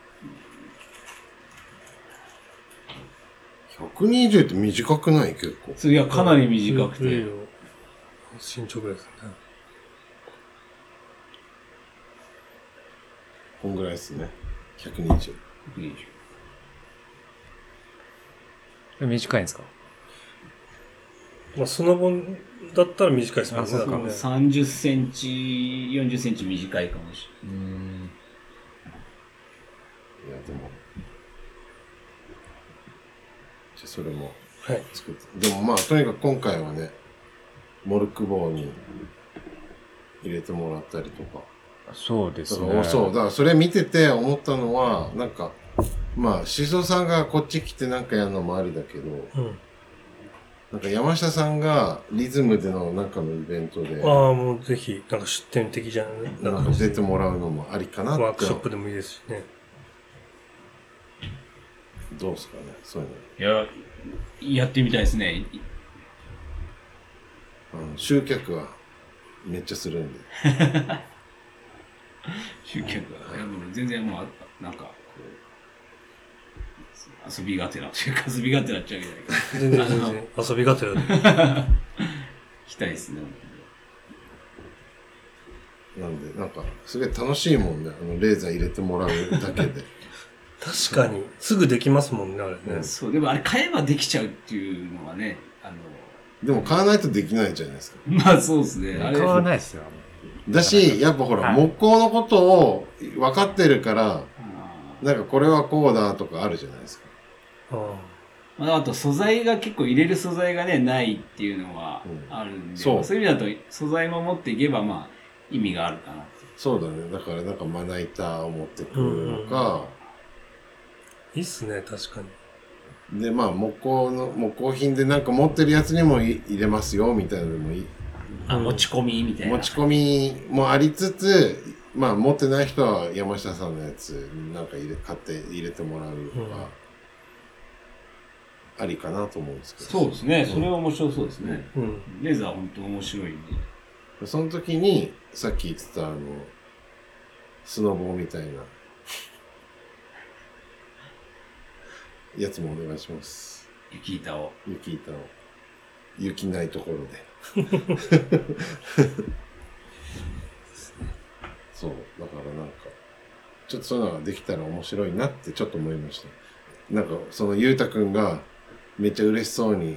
Speaker 2: 120って短くない結構。
Speaker 5: それはかなり短く
Speaker 1: いい
Speaker 5: て
Speaker 1: よ。身長ぐらいですね。
Speaker 2: こんぐらいですね。120。
Speaker 5: 120
Speaker 8: 短いんですか
Speaker 1: まあ、スノボだったら短いですもんね。
Speaker 8: あそう
Speaker 1: だからね
Speaker 5: 30センチ、40センチ短いかもしれない。
Speaker 2: いや、でも。じゃあそれも
Speaker 1: はい。
Speaker 2: 作って。でもまあ、とにかく今回はね、モルク棒に入れてもらったりとか。
Speaker 8: そうで
Speaker 2: だ
Speaker 8: す
Speaker 2: か
Speaker 8: ね。
Speaker 2: らそう、だからそれ見てて思ったのは、なんか、まあ、しそさんがこっち来てなんかやるのもありだけど、
Speaker 1: うん。
Speaker 2: なんか山下さんがリズムでのなんかのイベントで、
Speaker 1: ああ、もうぜひ、なんか出店的じゃない
Speaker 2: なんか出てもらうのもありかなって。
Speaker 1: ワークショップでもいいですしね。
Speaker 2: どうですかね、そういうの。
Speaker 5: いや、やってみたいですね。
Speaker 2: あの集客はめっちゃするんで。
Speaker 5: 集客が。いやもう全然もうあ、なんか、こう、遊びがてらというか、遊びがてらっちゃうわけじゃな
Speaker 1: 全然
Speaker 5: いけど
Speaker 1: 全然。遊びがてらで。
Speaker 5: 行きたいですね。
Speaker 2: なんで、なんか、すげえ楽しいもんね。あの、レーザー入れてもらうだけで。
Speaker 1: 確かに、すぐできますもんね、あれね。
Speaker 5: そう、でもあれ買えばできちゃうっていうのはね、あの、
Speaker 2: でも買わないとできないじゃないですか。
Speaker 5: まあそうですね。あれ
Speaker 4: 買わないですよ。
Speaker 2: だし、やっぱほら、
Speaker 4: はい
Speaker 2: 木工のことを分かってるから、
Speaker 5: あ
Speaker 2: なんかこれはこうだとかあるじゃないですか。
Speaker 1: あ
Speaker 5: ーまあ、あと素材が結構入れる素材がね、ないっていうのは
Speaker 2: うん
Speaker 5: あるんで、
Speaker 2: そう
Speaker 5: そういう意味だと素材も持っていけばまあ意味があるかなって。
Speaker 2: そうだね。だからなんかまな板を持ってくるのか、
Speaker 1: いいっすね、確かに。
Speaker 2: で、まあ、木工の、木工品でなんか持ってるやつにもい入れますよ、みたいなのでもいい。
Speaker 5: あ、持ち込みみたいな。
Speaker 2: 持ち込みもありつつ、まあ、持ってない人は山下さんのやつなんか入れ買って入れてもらうとか、ありかなと思うんですけど
Speaker 5: そうですね。それは面白そうですね。
Speaker 1: うん。
Speaker 5: レーザーは本当面白いんで。
Speaker 2: その時にさっき言ってたあのスノボーみたいなやつもお願いします
Speaker 5: 雪板を。
Speaker 2: 雪板を雪ないところで そうだからなんかちょっとそういうのができたら面白いなってちょっと思いましたなんかそのゆうたくんがめっちゃ嬉しそうに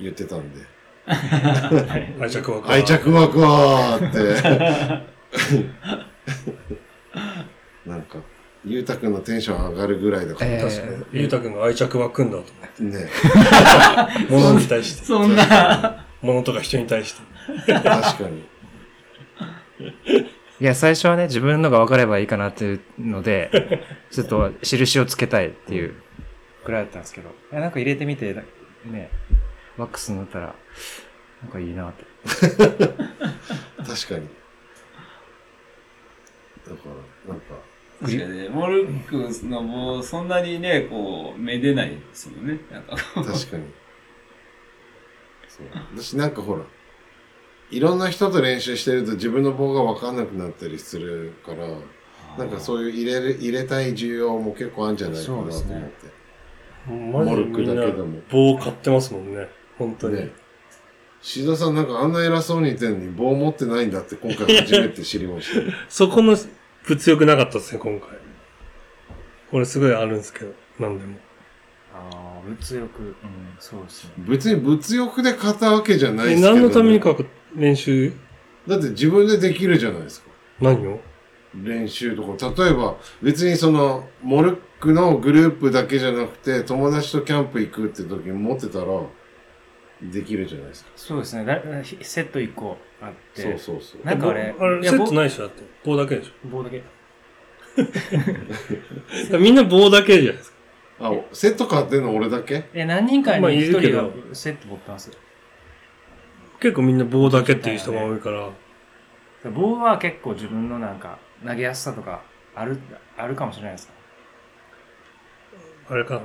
Speaker 2: 言ってたんで
Speaker 1: 愛着枠
Speaker 2: 愛着枠はーって。 なんか、ゆうたくんのテンション上がるぐらいだから、
Speaker 8: え
Speaker 1: 確かに。ゆうたくんが愛着湧くんだと思
Speaker 2: ね。
Speaker 1: って。物に対して。
Speaker 5: そんな、
Speaker 1: 物とか人に対して。
Speaker 2: 確かに。
Speaker 8: いや、最初はね、自分のが分かればいいかなっていうの で、ちょっと印をつけたいっていうくらいだったんですけど、いやなんか入れてみて、ね、ワックス塗ったら、なんかいいなって。
Speaker 2: 確かに。だから、なんか、
Speaker 5: 確かにね、モルックのもうそんなにね、こう、めでないですもんね。なんかこう
Speaker 2: 確かに。そう。私なんかほら、いろんな人と練習してると自分の棒がわかんなくなったりするから、なんかそういう入れる、入れたい需要も結構あるんじゃないかなと思っ
Speaker 4: そう
Speaker 2: て。
Speaker 4: ですね
Speaker 1: マジで
Speaker 2: モルッ
Speaker 1: み
Speaker 2: ク
Speaker 1: んな
Speaker 2: だけでも
Speaker 1: 棒買ってますもんね。本当に。
Speaker 2: ね。シ田さんなんかあんな偉そうに言ってんのに棒持ってないんだって今回初めて知りました。
Speaker 1: そこの物欲なかったですね、今回。これすごいあるんですけど、なんでも。
Speaker 4: ああ、物欲。うん、そうですね。
Speaker 2: 別に物欲で買ったわけじゃないで
Speaker 1: え、
Speaker 2: すけど、
Speaker 1: 何のために書く練習
Speaker 2: だって自分でできるじゃないですか。
Speaker 1: 何を
Speaker 2: 練習とか。例えば別にそのモルックのグループだけじゃなくて友達とキャンプ行くって時に持ってたらできるじゃないですか。
Speaker 8: そうですね。だセット1個あって。
Speaker 2: そうそうそう。
Speaker 8: なんかあれ、
Speaker 1: あれ
Speaker 8: い
Speaker 1: セ
Speaker 8: や
Speaker 1: ット
Speaker 8: 棒
Speaker 1: ないでしょだって。棒だけでしょ
Speaker 8: 棒だけ。
Speaker 1: だ からみんな棒だけじゃないですか。
Speaker 2: あ、セット買ってんの俺だけ
Speaker 8: え、何人かに
Speaker 1: まあい
Speaker 8: 1
Speaker 1: るけ
Speaker 8: 人
Speaker 1: ど
Speaker 8: がセット持ってます。
Speaker 1: 結構みんな棒だけっていう人が多いから。
Speaker 8: 棒は結構自分のなんか、投げやすさとか、ある、あるかもしれないですか。
Speaker 1: あれか、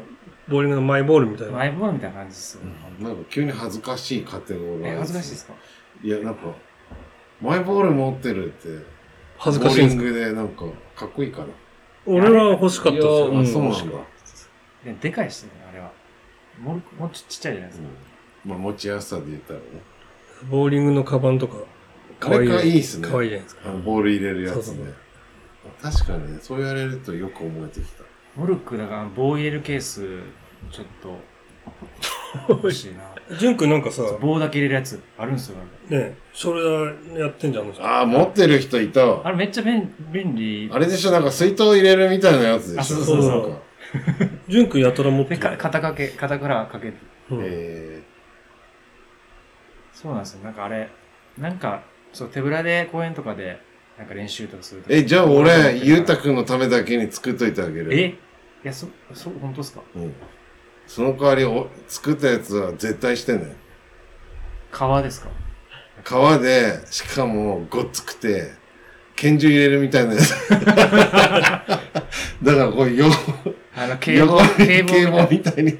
Speaker 1: ボーリングのマイボールみたいな。
Speaker 8: マイボールみたいな感じですよね。
Speaker 2: なんか急に恥ずかしい勝手な俺
Speaker 8: え、恥ずかしいですか
Speaker 2: いや、なんか、マイボール持ってるって、
Speaker 1: 恥ずかしいんです
Speaker 2: ボ
Speaker 1: か
Speaker 2: ーリングでなんか、かっこいいかな。
Speaker 1: 俺は欲しかったです
Speaker 2: あ、
Speaker 1: よ。
Speaker 2: そうなんだ。
Speaker 8: ででかいしね、あれは。もうもうちちっちゃいじゃないですか。
Speaker 2: うんまあ、持ちやすさで言ったらね。
Speaker 1: ボーリングのカバンとか、
Speaker 2: あれかいいっすね。
Speaker 1: 可愛いじゃないですか。
Speaker 2: あのボール入れるやつ
Speaker 1: そうそう
Speaker 2: ね。確かにね、そう言われるとよく思えてきた。
Speaker 8: モルックだから棒入れるケース、ちょっと、欲しい な。
Speaker 1: ジュン君なんかさ、
Speaker 8: 棒だけ入れるやつ、あるんですよ。なんか
Speaker 1: ね、ショルダーやってんじゃん、あの人。
Speaker 2: ああ、持ってる人いたわ。
Speaker 8: あれめっちゃ便便利。
Speaker 2: あれでしょ、なんか水筒入れるみたいなやつで
Speaker 8: あ
Speaker 2: し
Speaker 8: そ
Speaker 2: ょ。
Speaker 8: うそう
Speaker 1: そう
Speaker 2: なんか
Speaker 1: ジュン君やたら持って
Speaker 8: で、
Speaker 1: る。
Speaker 8: か肩掛け、肩からかけて。
Speaker 1: うん
Speaker 2: え
Speaker 8: そうなんですよ。なんかあれ、なんか、そう、手ぶらで公園とかで、なんか練習とかすると
Speaker 2: ーえ、じゃあ俺、ゆうたくんのためだけに作っといてあげる。
Speaker 8: えいや、そ、そう、本当ですか
Speaker 2: うん。その代わりお、作ったやつは絶対してね。
Speaker 8: 革ですか
Speaker 2: 皮で、しかも、ごっつくて、拳銃入れるみたいなやつ。 だから、こう、よ、
Speaker 8: あの、警棒
Speaker 2: 横、に
Speaker 8: 警棒
Speaker 2: 警棒
Speaker 8: み
Speaker 2: みたいに。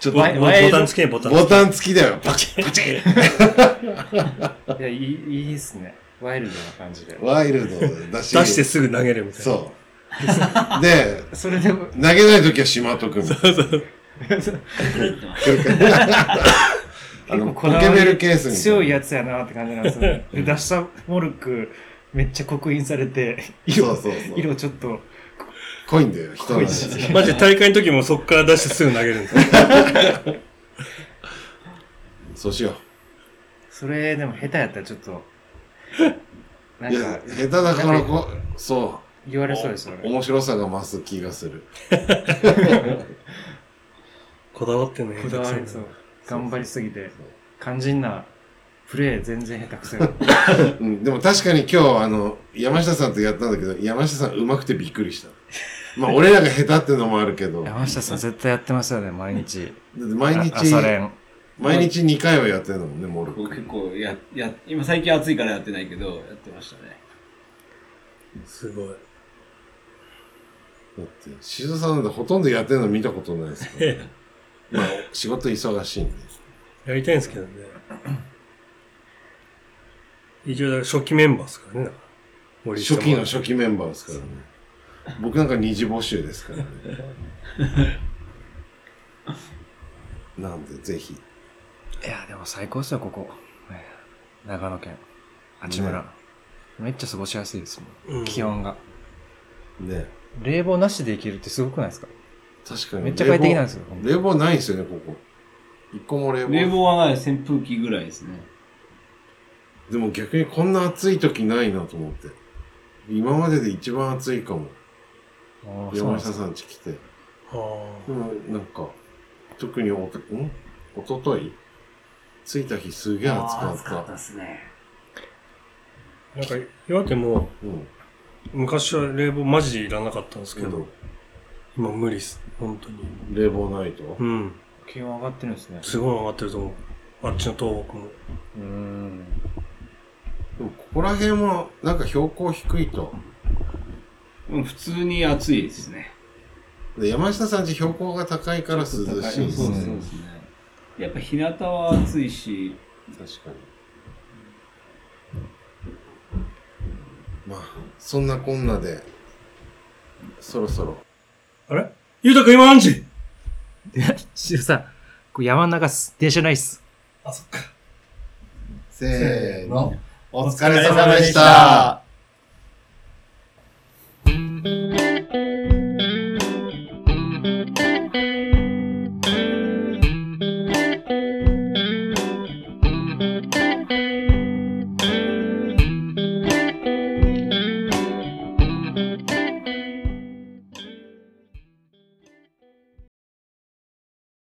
Speaker 2: ちょっ
Speaker 1: ボボ
Speaker 8: 前前
Speaker 1: ボタンつけ、ボタ
Speaker 2: と、
Speaker 1: ンつ
Speaker 2: ボタン付きだよ。パチ
Speaker 8: たいな。いや、いい、いいっすね。ワイルドな感じで。
Speaker 2: ワイルドだし。
Speaker 1: け。出してすぐ投げるみたいな。
Speaker 2: そう。で、
Speaker 8: それでも、
Speaker 2: 投げないときはしまっとくみたいな。 あの、ポケベルケースに。
Speaker 8: 強いやつやなって感じなんですよね。で、出したモルック、めっちゃ刻印されて、色、
Speaker 2: そうそうそう
Speaker 8: 色ちょっと、
Speaker 2: 濃いんだよ、人に。
Speaker 1: マジで大会の時もそっから出してすぐ投げるんですよ。
Speaker 2: そうしよ
Speaker 8: それでも下手やったらちょっと、な
Speaker 2: う。
Speaker 8: ん
Speaker 2: いや
Speaker 8: か、
Speaker 2: 下手だからこう、そ
Speaker 8: 言われそうですよ
Speaker 2: う、
Speaker 8: ね。
Speaker 2: 面白さが増す気がする。
Speaker 1: こだわってんね。
Speaker 8: こだわりそう。頑張りすぎて、肝心な、プレー全然下手くそや。
Speaker 2: うん、でも確かに今日、あの、山下さんとやったんだけど、山下さん上手くてびっくりした。まあ、俺らが下手ってのもあるけ ど、だって
Speaker 4: 山下さん絶対やってますよね、毎日。
Speaker 2: 毎
Speaker 4: あ
Speaker 2: 日、
Speaker 4: 朝練。
Speaker 2: 毎日2回はやってるのもんね、モルッ
Speaker 7: 僕
Speaker 2: ク。
Speaker 7: 結構や、や、今最近暑いからやってないけど、やってましたね。
Speaker 1: すごい。
Speaker 2: だって、シドさんなんてほとんどやってるの見たことないですから、まあ、仕事忙しいんで。
Speaker 1: やりたいんですけどね。一応、初期メンバーですからね。だから森下
Speaker 2: 初
Speaker 1: も
Speaker 2: 期の初期メンバーですからね。僕なんか二次募集です からね。なんで、ぜひ。
Speaker 4: いや、でも最高っすよ、ここ。ね長野県。あちむら。
Speaker 2: ね
Speaker 4: めっちゃ過ごしやすいですも。
Speaker 1: うんん
Speaker 4: 気温が。
Speaker 2: ね。
Speaker 4: 冷房なしでいけるってすごくないですか
Speaker 2: 確かに。
Speaker 4: めっちゃ快適なんですよ。
Speaker 2: 冷房ないんですよね、ここ。一個も冷房。
Speaker 7: 冷房はない扇風機ぐらいですね。
Speaker 2: でも逆にこんな暑い時ないなと思って。今までで一番暑いかも。
Speaker 4: あーそうな
Speaker 2: 山
Speaker 4: んで
Speaker 2: 下
Speaker 4: すか
Speaker 2: さん家来て。で
Speaker 1: ああ。
Speaker 2: もなんか、特におと、んおととい着いた日すげえ暑かった。
Speaker 7: ですね。
Speaker 1: なんか、岩手も、
Speaker 2: うん。
Speaker 1: 昔は冷房マジでいらなかったんですけ
Speaker 2: け
Speaker 1: ど、
Speaker 2: ど、
Speaker 1: 今無理っす。本当に。
Speaker 2: 冷房ないと
Speaker 1: う。ん。
Speaker 8: 気温上がってる んですね。
Speaker 1: すごい上がってると思う。あっちの東北も。
Speaker 8: うーん。
Speaker 2: でもここら辺もなんか標高低いと。
Speaker 7: うん普通に暑いですね。
Speaker 2: で山下さん家標高が高いから涼しいです
Speaker 7: そうそうです
Speaker 2: ね。
Speaker 7: ね。やっぱ日向は暑いし、
Speaker 2: 確かに。まあ、そんなこんなで、そろそろ。
Speaker 1: あれゆうたくん今何時
Speaker 3: シルさん、これ山の中っす。電車ないっす。
Speaker 2: せーの。お疲れ様でした。